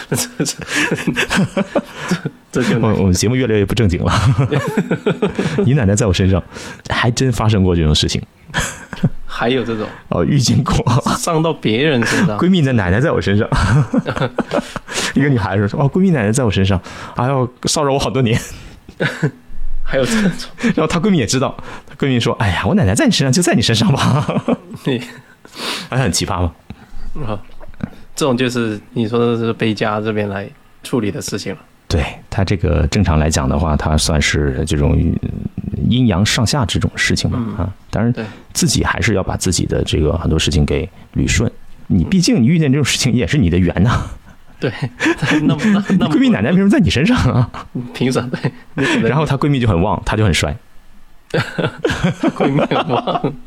Speaker 3: 这这这就
Speaker 2: 我我们节目越来越不正经 了。你奶奶在我身上，还真发生过这种事情
Speaker 3: 还有这种
Speaker 2: 哦，遇见过。
Speaker 3: 上到别人身上，
Speaker 2: 闺蜜的奶奶在我身上， 一个女孩子说：“哦，闺蜜奶奶在我身上，哎呦，骚扰我好多年。
Speaker 3: 还有这种”
Speaker 2: 然后她闺蜜也知道，她闺蜜说：“哎呀，我奶奶在你身上，就在你身上 吧。
Speaker 3: 你。”
Speaker 2: 哎，很奇葩吗？
Speaker 3: 啊，这种就是你说的是贝家这边来处理的事情了。
Speaker 2: 对她这个正常来讲的话，她算是这种呃阴阳上下这种事情嘛、啊。当然
Speaker 3: 嗯对，
Speaker 2: 自己还是要把自己的这个很多事情给捋顺。你毕竟你遇见这种事情也是你的缘呐、
Speaker 3: 对，那么 那
Speaker 2: 你
Speaker 3: 那么
Speaker 2: 闺蜜奶奶为什么在你身上啊？
Speaker 3: 凭什么？对，你可能
Speaker 2: 然后她闺蜜就很旺，她就很衰。
Speaker 3: 会灭亡。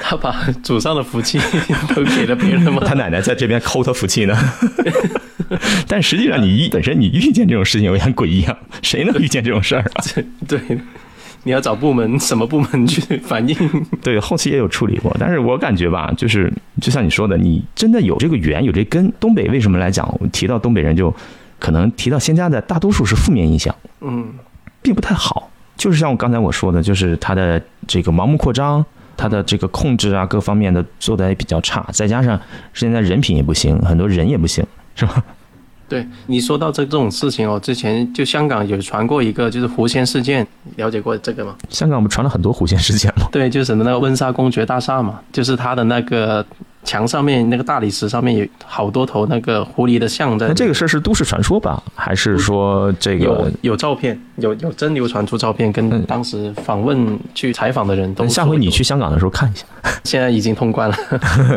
Speaker 3: 他把祖上的福气都给了别人 吗？
Speaker 2: 他奶奶在这边抠他福气 呢。但实际上，你一本身你遇见这种事情也很诡异啊，谁能遇见这种事儿啊？
Speaker 3: 这对，你要找部门，什么部门去反映？
Speaker 2: 对，后期也有处理过，但是我感觉吧，就是就像你说的，你真的有这个缘，有这根。东北为什么来讲，我提到东北人就可能提到仙家的大多数是负面印象，
Speaker 3: 嗯，
Speaker 2: 并不太好。就是像我刚才我说的，就是他的这个盲目扩张，他的这个控制啊各方面的做的也比较差，再加上现在人品也不行，很多人也不行，是吧？
Speaker 3: 对你说到这这种事情哦，之前就香港有传过一个就是狐仙事件，了解过这个吗？
Speaker 2: 香港不传了很多狐仙事件吗？
Speaker 3: 对，就是什么那个温莎公爵大厦嘛，就是它的那个墙上面那个大理石上面有好多头那个狐狸的像在。
Speaker 2: 那这个事儿是都市传说吧，还是说这
Speaker 3: 有
Speaker 2: 个？
Speaker 3: 有照片，有有真流传出照片，跟当时访问去采访的人都
Speaker 2: 等
Speaker 3: 说。
Speaker 2: 嗯下回你去香港的时候看一下。
Speaker 3: 现在已经 通关了，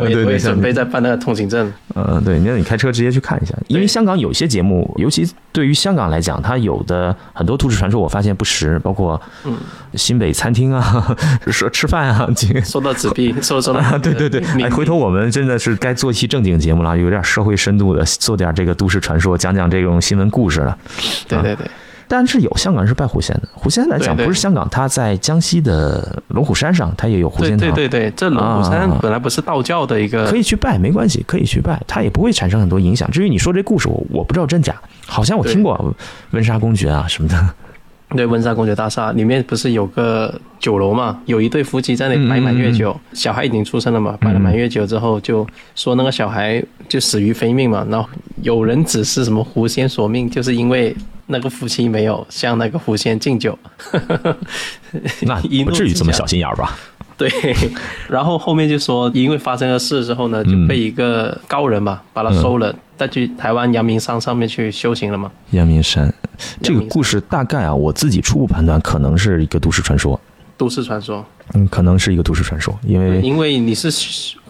Speaker 3: 我
Speaker 2: 对
Speaker 3: 也我
Speaker 2: 对
Speaker 3: 也准备在办那个通行证。
Speaker 2: 呃，对，那你开车直接去看一下，因为香港有些节目，尤其对于香港来讲，它有的很多都市传说，我发现不实，包括
Speaker 3: 嗯
Speaker 2: 新北餐厅啊， 说吃饭啊，这个。
Speaker 3: 收到纸 币，收收到
Speaker 2: 啊，对对对，
Speaker 3: 冥
Speaker 2: 哎，回头我们真的是该做一期正经节目了，有点社会深度的，做点这个都市传说，讲讲这种新闻故事了。
Speaker 3: 对对对，
Speaker 2: 但是有香港人是拜狐仙的，狐仙来讲
Speaker 3: 对对
Speaker 2: 不是香港，它在江西的龙虎山上，它也有狐
Speaker 3: 对
Speaker 2: 仙
Speaker 3: 对
Speaker 2: 堂，啊
Speaker 3: 对对，这龙虎山本来不是道教的一个
Speaker 2: 可，以去拜，没关系，可以去拜，它也不会产生很多影响。至于你说这故事，我我不知道真假，好像我
Speaker 3: 对
Speaker 2: 听过温莎公爵啊什么 的，
Speaker 3: 对温莎公爵大厦里面不是有个酒楼嘛？有一对夫妻在那里摆满
Speaker 2: 嗯
Speaker 3: 月酒，小孩已经出生了嘛，摆了满月酒之后，就说那个小孩就死于非命嘛。然后有人指是什么狐仙索命，就是因为那个夫妻没有向那个狐仙敬酒，
Speaker 2: 那
Speaker 3: 一
Speaker 2: 不
Speaker 3: 怒
Speaker 2: 至于
Speaker 3: 之
Speaker 2: 这么
Speaker 3: 下
Speaker 2: 小心眼儿吧？
Speaker 3: 对，然后后面就说，因为发生了事之后呢，
Speaker 2: 嗯
Speaker 3: 就被一个高人嘛、把他收了，带去台湾阳明山上面去修行了嘛。
Speaker 2: 阳明山这个
Speaker 3: 阳明山
Speaker 2: 故事大概啊，我自己初步判断可能是一个都市传说，
Speaker 3: 都市传说，
Speaker 2: 嗯，可能是一个都市传说，因为
Speaker 3: 因为你是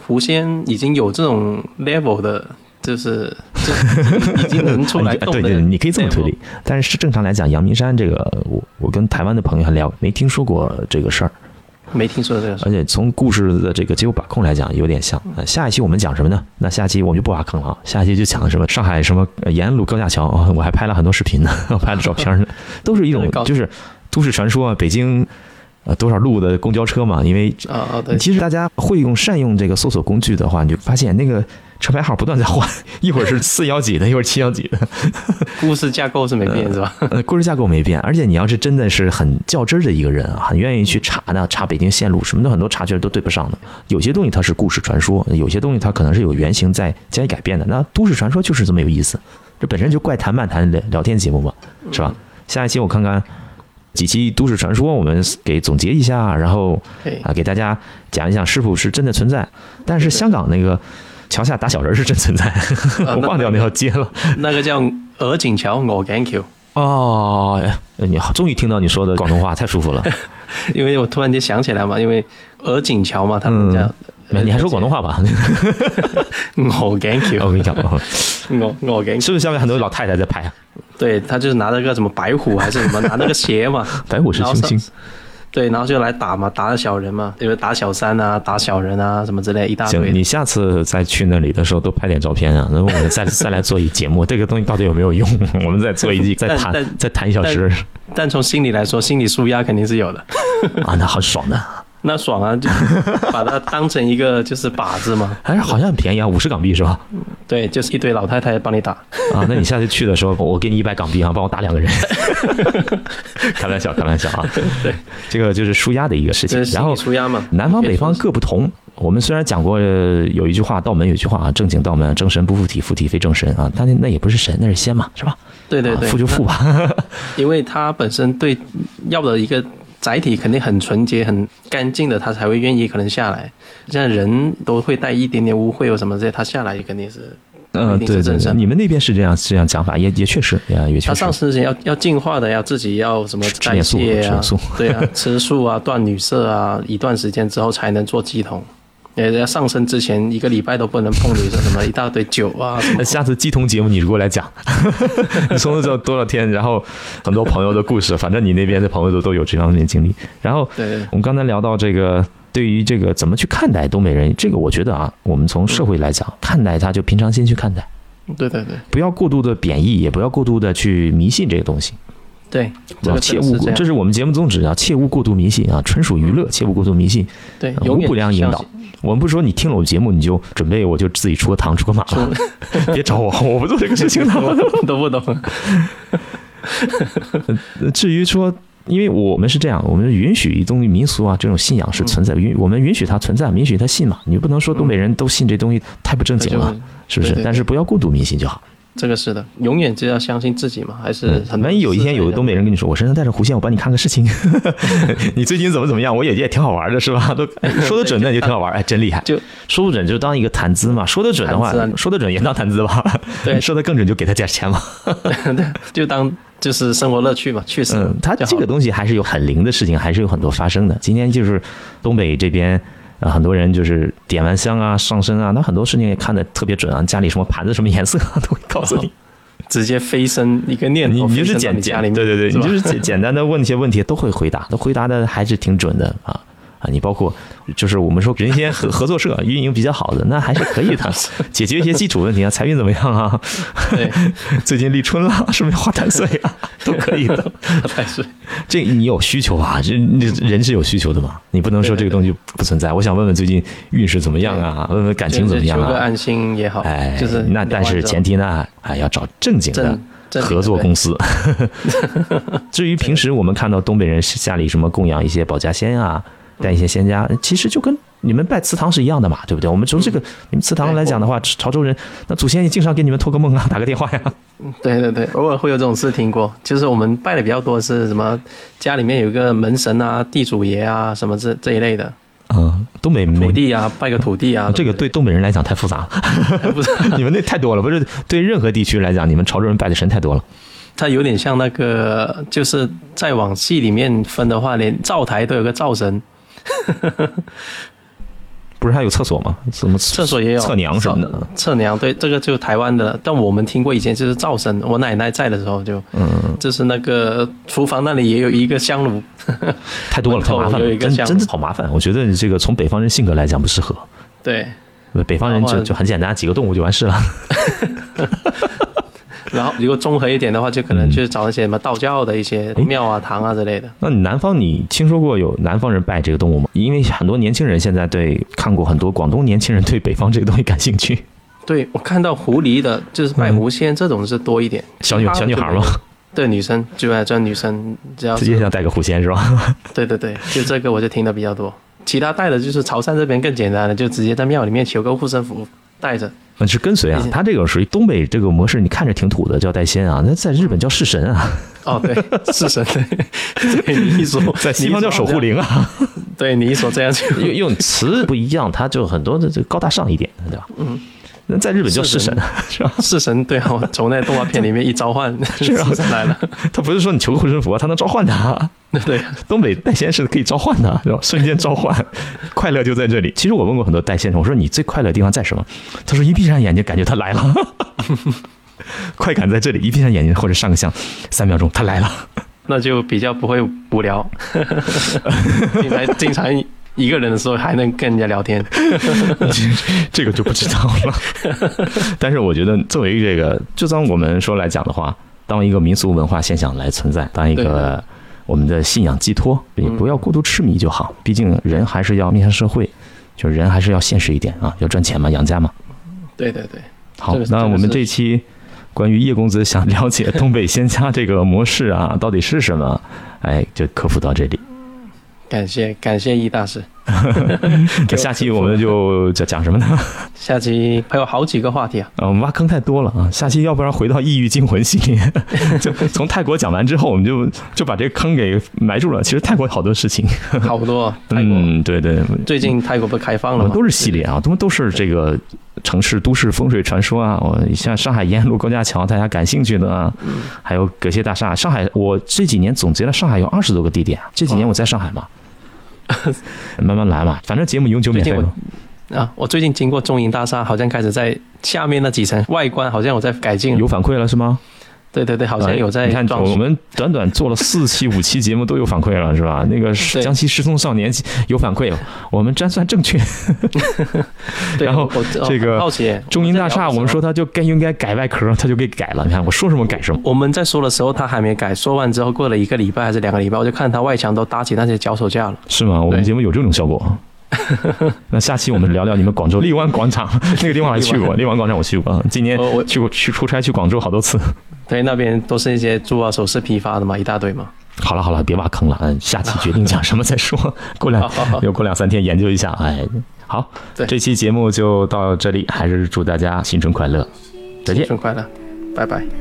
Speaker 3: 狐仙，已经有这种 level 的，就是就已经能出 来
Speaker 2: 哎
Speaker 3: 动
Speaker 2: 对
Speaker 3: 的。
Speaker 2: 对，对你可以这么推
Speaker 3: 对
Speaker 2: 理。但是正常来讲，阳明山这个，我我跟台湾的朋友还聊，没听说过这个事儿。
Speaker 3: 我没听说这个事
Speaker 2: 而。且从故事的这个结构把控来讲，有点像。呃，下一期我们讲什么呢？那下期我们就不挖坑了啊，下一期就讲什么上海什么呃沿路高架桥啊、我还拍了很多视频呢， 拍了照片呢，都是一种
Speaker 3: 高
Speaker 2: 就是都市传说啊，北京呃多少路的公交车嘛，因为
Speaker 3: 啊 啊，对，
Speaker 2: 其实大家会用善用这个搜索工具的话，你就发现那个车牌号不断在换， 一会儿是四幺几的，一会儿七幺几的，
Speaker 3: 故事架构是没变是吧？
Speaker 2: 呃，故事架构没变。而且你要是真的是很较真儿的一个人啊，很愿意去查的，查北京线路什么的，很多查确实都对不上的。有些东西它是故事传说，有些东西它可能是有原型在加以改变的。那都市传说就是这么有意思，这本身就怪谈漫谈聊聊天节目嘛，是吧？下一期我看看几期都市传说，我们给总结一下，然后
Speaker 3: 对
Speaker 2: 啊，给大家讲一讲是否是真的存在。但是香港那个桥下打小人儿是真存在，
Speaker 3: 啊
Speaker 2: 我
Speaker 3: 那
Speaker 2: 忘掉那条街了。
Speaker 3: 那个叫鹅颈桥鹅颈桥，
Speaker 2: 哦，哎你好，终于听到你说的广东话，太舒服 了。
Speaker 3: 因为我突然间想起来嘛，因为鹅颈桥嘛，他们
Speaker 2: 嗯
Speaker 3: 叫、
Speaker 2: 没，你还说广东话吧？
Speaker 3: 鹅颈
Speaker 2: 我
Speaker 3: 桥，
Speaker 2: 跟你讲， 哦
Speaker 3: 鹅鹅颈
Speaker 2: 是不是下面很多老太太在拍啊？
Speaker 3: 对他就是拿那个什么白虎还是什么，拿那个鞋嘛，
Speaker 2: 白哎虎是
Speaker 3: 然后
Speaker 2: 星
Speaker 3: 上。对，然后就来打嘛，打小人嘛，因为打小三啊，打小人啊，什么之类一大
Speaker 2: 行，
Speaker 3: 堆
Speaker 2: 你。下次再去那里的时候多拍点照片啊，那我 们再再来做一节目，这个东西到底有没有用？ 我们再做一季，再
Speaker 3: 但
Speaker 2: 谈，
Speaker 3: 但
Speaker 2: 再谈一小时
Speaker 3: 但从心理来说，心理舒压肯定是有的，
Speaker 2: 啊，那很爽的。
Speaker 3: 那爽啊，就把它当成一个就是靶 子嘛，
Speaker 2: 哎，好像很便宜啊，五十港币是 吧？
Speaker 3: 对，就是一堆老太太帮你打，
Speaker 2: 啊，那你下次去的时候，我给你一百港币啊，帮我打两个 人。开玩笑，开玩笑啊。
Speaker 3: 对，
Speaker 2: 这个就是舒压的一个事情
Speaker 3: 这是。心
Speaker 2: 然后
Speaker 3: 理舒压嘛。
Speaker 2: 南方
Speaker 3: 别
Speaker 2: 北
Speaker 3: 说
Speaker 2: 方
Speaker 3: 是
Speaker 2: 各不同。我们虽然讲过呃有一句话，道门有一句话啊，正经道门，正神不附体，附体非正神啊。但那那也不是神，那是仙嘛，是吧？
Speaker 3: 对对对，
Speaker 2: 啊、附就附吧。
Speaker 3: 因为它本身对要的一个载体肯定很纯洁、很干净的，它才会愿意可能下来。像人都会带一点点污秽或什么这些，它下来也肯定是，
Speaker 2: 嗯、
Speaker 3: 一定
Speaker 2: 对对
Speaker 3: 是正
Speaker 2: 对，
Speaker 3: 神。
Speaker 2: 你们那边是这样这样讲法，也也确实，也啊也确
Speaker 3: 它
Speaker 2: 实
Speaker 3: 上。身之前要要净化的，要自己要什么
Speaker 2: 吃吃
Speaker 3: 代
Speaker 2: 点素
Speaker 3: 谢
Speaker 2: 吃
Speaker 3: 啊
Speaker 2: 点素，
Speaker 3: 对啊，吃素啊，断女色啊，一段时间之后才能做鸡童。也要上身之前一个礼拜都不能碰女色，什么一大堆酒啊，什么
Speaker 2: 那下次鸡同节目你如果来讲，你从头到多少天，然后很多朋友的故事，反正你那边的朋友都都有这方面的经历。然后
Speaker 3: 对对
Speaker 2: 我们刚才聊到这个，对于这个怎么去看待东北人，这个我觉得啊，我们从社会来讲，看待他就平常心去看待，
Speaker 3: 对对对
Speaker 2: 不要过度的贬义，也不要过度的去迷信这个东西，
Speaker 3: 对，这
Speaker 2: 啊
Speaker 3: 个
Speaker 2: 切
Speaker 3: 真
Speaker 2: 勿
Speaker 3: 的是这
Speaker 2: 这
Speaker 3: 样，
Speaker 2: 是我们节目宗旨啊，切勿过度迷信啊，纯属娱乐，切勿过度迷信，
Speaker 3: 对，
Speaker 2: 啊
Speaker 3: 永
Speaker 2: 无
Speaker 3: 远
Speaker 2: 不良引
Speaker 3: 相
Speaker 2: 导
Speaker 3: 信。
Speaker 2: 我们不是说你听了我节目你就准备我就自己出个堂出个马了， 别找我，我不做这个事情的。
Speaker 3: 我都不懂。
Speaker 2: 至于说，因为我们是这样，我们允许一东西民俗啊这种信仰是存
Speaker 3: 嗯
Speaker 2: 在，允我们允许它存在，允许它信嘛。你不能说东北人都信这东西太不正
Speaker 3: 那
Speaker 2: 经
Speaker 3: 就
Speaker 2: 了，是不
Speaker 3: 对
Speaker 2: 是
Speaker 3: 对？对
Speaker 2: 但是不要过度迷信就好。
Speaker 3: 这个是的，永远只要相信自己嘛，还是
Speaker 2: 嗯，
Speaker 3: 呃很。
Speaker 2: 万一有一天有东
Speaker 3: 北，
Speaker 2: 北人跟你说，我身上带着弧线，我帮你看个事情， 你最近怎么怎么样？我也也挺好玩的，是 吧？都 哎说得准，那就挺好玩，哎，真厉害。
Speaker 3: 就
Speaker 2: 说不准就当一个谈资嘛，说得准的话
Speaker 3: 谈资啊，
Speaker 2: 说得准也当谈资吧。
Speaker 3: 对
Speaker 2: 说得更准就给他点钱 嘛。
Speaker 3: 就当就是生活乐趣嘛，确实。
Speaker 2: 嗯，它
Speaker 3: 就好
Speaker 2: 这个东西还是有很灵的事情，还是有很多发生的。今天就是东北这边。啊，很多人就是点完香啊、上身啊，那很多事情也看得特别准啊。家里什么盘子、什么颜色啊，都会告诉你。
Speaker 3: 直接飞升一个念
Speaker 2: 你
Speaker 3: 头，
Speaker 2: 你
Speaker 3: 飞
Speaker 2: 就是
Speaker 3: 升到
Speaker 2: 简
Speaker 3: 你家
Speaker 2: 简
Speaker 3: 里面，
Speaker 2: 对对对，
Speaker 3: 是
Speaker 2: 你
Speaker 3: 吧
Speaker 2: 就是简简单的问一些问题都会回答，都回答的还是挺准的啊啊！你包括就是我们说人先合合作社运营比较好的，那还是可以的，解决一些基础问题啊，财运怎么样啊？
Speaker 3: 对，
Speaker 2: 最近立春了，是不是花太岁啊？ 都可以的，
Speaker 3: 太是
Speaker 2: 这你有需求啊，这你人是有需求的嘛，你不能说这个东西不存在。我想问问最近运势怎么样啊？问问感情怎么样
Speaker 3: 就是求个
Speaker 2: 啊？
Speaker 3: 安心也好，
Speaker 2: 哎，
Speaker 3: 就是
Speaker 2: 那但是前提呢，哎，要找正经的
Speaker 3: 正正经的
Speaker 2: 合作公司。 至于平时我们看到东北人家里什么供养一些保家仙啊，带一些仙家，其实就跟你们拜祠堂是一样的嘛，对不对？我们从这
Speaker 3: 嗯
Speaker 2: 个你们祠堂来讲的话，潮州人那祖先也经常给你们托个梦啊，打个电话呀。
Speaker 3: 对对对，偶尔会有这种事听过，就是我们拜的比较多是什么，家里面有一个门神啊、地主爷啊什么这这一类的，
Speaker 2: 嗯，东北没哦
Speaker 3: 土地啊，拜个土地啊，
Speaker 2: 这个对东北人来讲太复杂了。
Speaker 3: 不是，
Speaker 2: 你们那太多了，不是对任何地区来讲，你们潮州人拜的神太多了。
Speaker 3: 它有点像那个，就是再往细里面分的话，连灶台都有个灶神，
Speaker 2: 不是还有厕所吗？什么厕
Speaker 3: 厕所也有
Speaker 2: 厕娘什么的？
Speaker 3: 测量对，这个就是台湾的了，但我们听过以前就是噪声，我奶奶在的时候就，
Speaker 2: 嗯，
Speaker 3: 就是那个厨房那里也有一个香炉，
Speaker 2: 太多了，太麻烦
Speaker 3: 门口有
Speaker 2: 了，
Speaker 3: 一个
Speaker 2: 真
Speaker 3: 箱
Speaker 2: 真
Speaker 3: 子
Speaker 2: 的好麻烦。我觉得这个从北方人性格来讲不适合，
Speaker 3: 对，
Speaker 2: 呃北方人
Speaker 3: 然
Speaker 2: 就
Speaker 3: 后
Speaker 2: 就很简单，几个动物就完事了。
Speaker 3: 然后如果综合一点的话，就可能就是找一些什么道教的一些
Speaker 2: 诶
Speaker 3: 庙啊、堂啊之类的。
Speaker 2: 那你南方你听说过有南方人拜这个动物吗？因为很多年轻人现在对看过很多广东年轻人对北方这个东西感兴趣。
Speaker 3: 对我看到狐狸的，就是拜狐仙这种是多一点，
Speaker 2: 小女
Speaker 3: 其他的
Speaker 2: 小女孩
Speaker 3: 就
Speaker 2: 吗
Speaker 3: 没有？对，女生呃基本上专女生，只要
Speaker 2: 自
Speaker 3: 是
Speaker 2: 己也想带个狐仙啊是吧？
Speaker 3: 对对对，就这个我就听的比较多。其他带的就是潮汕这边更简单了，就直接在庙里面求个护身符带着。
Speaker 2: 那是跟随啊，他这个属于东北这个模式，你看着挺土的，叫带仙啊，那在日本叫式神啊，
Speaker 3: 哦， 对，是神对，对你一说，
Speaker 2: 在哦西方
Speaker 3: 你
Speaker 2: 叫
Speaker 3: 一
Speaker 2: 守
Speaker 3: 说
Speaker 2: 护灵啊，
Speaker 3: 这样，对你一说这样就
Speaker 2: 用 用词不一样，它就很多的这高大上一点，对吧？嗯，那在日本叫式神 是吧？
Speaker 3: 是神，对啊，我从那动画片里面一召唤， 是
Speaker 2: 啊
Speaker 3: 神来了，
Speaker 2: 他不是说你求个护身符啊，他能召唤的啊。
Speaker 3: 对，
Speaker 2: 东北带仙是可以召唤的，是吧？瞬间召唤， 快乐就在这里。其实我问过很多带仙人，我说你最快乐的地方在什么？他说一闭上眼睛，感觉他来了， 快感在这里。一闭上眼睛或者上个香，三秒钟他来了。
Speaker 3: 那就比较不会无 聊。你还经常一个人的时候还能跟人家聊天，
Speaker 2: 这个就不知道了。 但是我觉得，作为这个，就当我们说来讲的话，当一个民俗文化现象来存在，当一个
Speaker 3: 对
Speaker 2: 我们的信仰寄托，也不要过度痴迷就好。毕竟人还是要面向社会，就是人还是要现实一点啊，要赚钱嘛，养家嘛。
Speaker 3: 对对对，
Speaker 2: 好
Speaker 3: 这个，是
Speaker 2: 那
Speaker 3: 这个
Speaker 2: 我们
Speaker 3: 是
Speaker 2: 这期关于叶公子想了解东北仙家这个模式啊，到底是什么？哎，就科普到这里。
Speaker 3: 感谢感谢易大师。
Speaker 2: 那下期我们就讲讲什么呢？
Speaker 3: 下期还有好几个话题 啊，
Speaker 2: 啊，我们挖坑太多了啊！下期要不然回到《异域惊魂》系列， 就从泰国讲完之后，我们就就把这个坑给埋住了。其实泰国好多事情，
Speaker 3: 好多啊泰国。
Speaker 2: 嗯，对对，
Speaker 3: 最近泰国不是开放
Speaker 2: 我
Speaker 3: 了
Speaker 2: 们
Speaker 3: 吗？
Speaker 2: 都是系列啊，都都是这个城市都市风水传说啊。我像上海沿路高架桥，大家感兴趣的啊，还有葛谢大厦。上海，我这几年总结了上海有二十多个地点啊，这几年我在上 海嘛，慢慢来嘛，反正节目永久免费
Speaker 3: 最近
Speaker 2: 嘛。
Speaker 3: 啊！我最近经过中银大厦，好像开始在下面那几层外观，好像我在改进。
Speaker 2: 有反馈了是吗？
Speaker 3: 对对对，好像有
Speaker 2: 哎
Speaker 3: 在
Speaker 2: 你看，
Speaker 3: 装
Speaker 2: 我
Speaker 3: 修。
Speaker 2: 们短短做了四期、五期节目都有反馈了，是吧？那个是
Speaker 3: 对
Speaker 2: 江西失踪少年有反馈了，我们占算正确。
Speaker 3: 对，
Speaker 2: 然后
Speaker 3: 我我
Speaker 2: 这个
Speaker 3: 很好奇
Speaker 2: 中银大厦，我们说它就该应该改外壳，它就给改了。你看，我说什么改什么。
Speaker 3: 我们在说的时候，他还没改。说完之后，过了一个礼拜还是两个礼拜，我就看他外墙都搭起那些脚手架了。
Speaker 2: 是吗？我们
Speaker 3: 对
Speaker 2: 节目有这种效果。 那下期我们聊聊你们广州荔湾广 场那个地方，还去过。荔湾广场我去过，今年
Speaker 3: 呃我我
Speaker 2: 去过去出差去广州好多次。
Speaker 3: 对，那边都是一些珠宝首饰批发的嘛，一大堆嘛。
Speaker 2: 好了好了，别挖坑了，嗯，下期决定讲什么再 说。过两
Speaker 3: 好好好
Speaker 2: 又过两三天研究一下，哎，好，
Speaker 3: 对
Speaker 2: 这期节目就到这里，还是祝大家新春快乐，再见
Speaker 3: 新。春快乐，拜拜。
Speaker 1: 「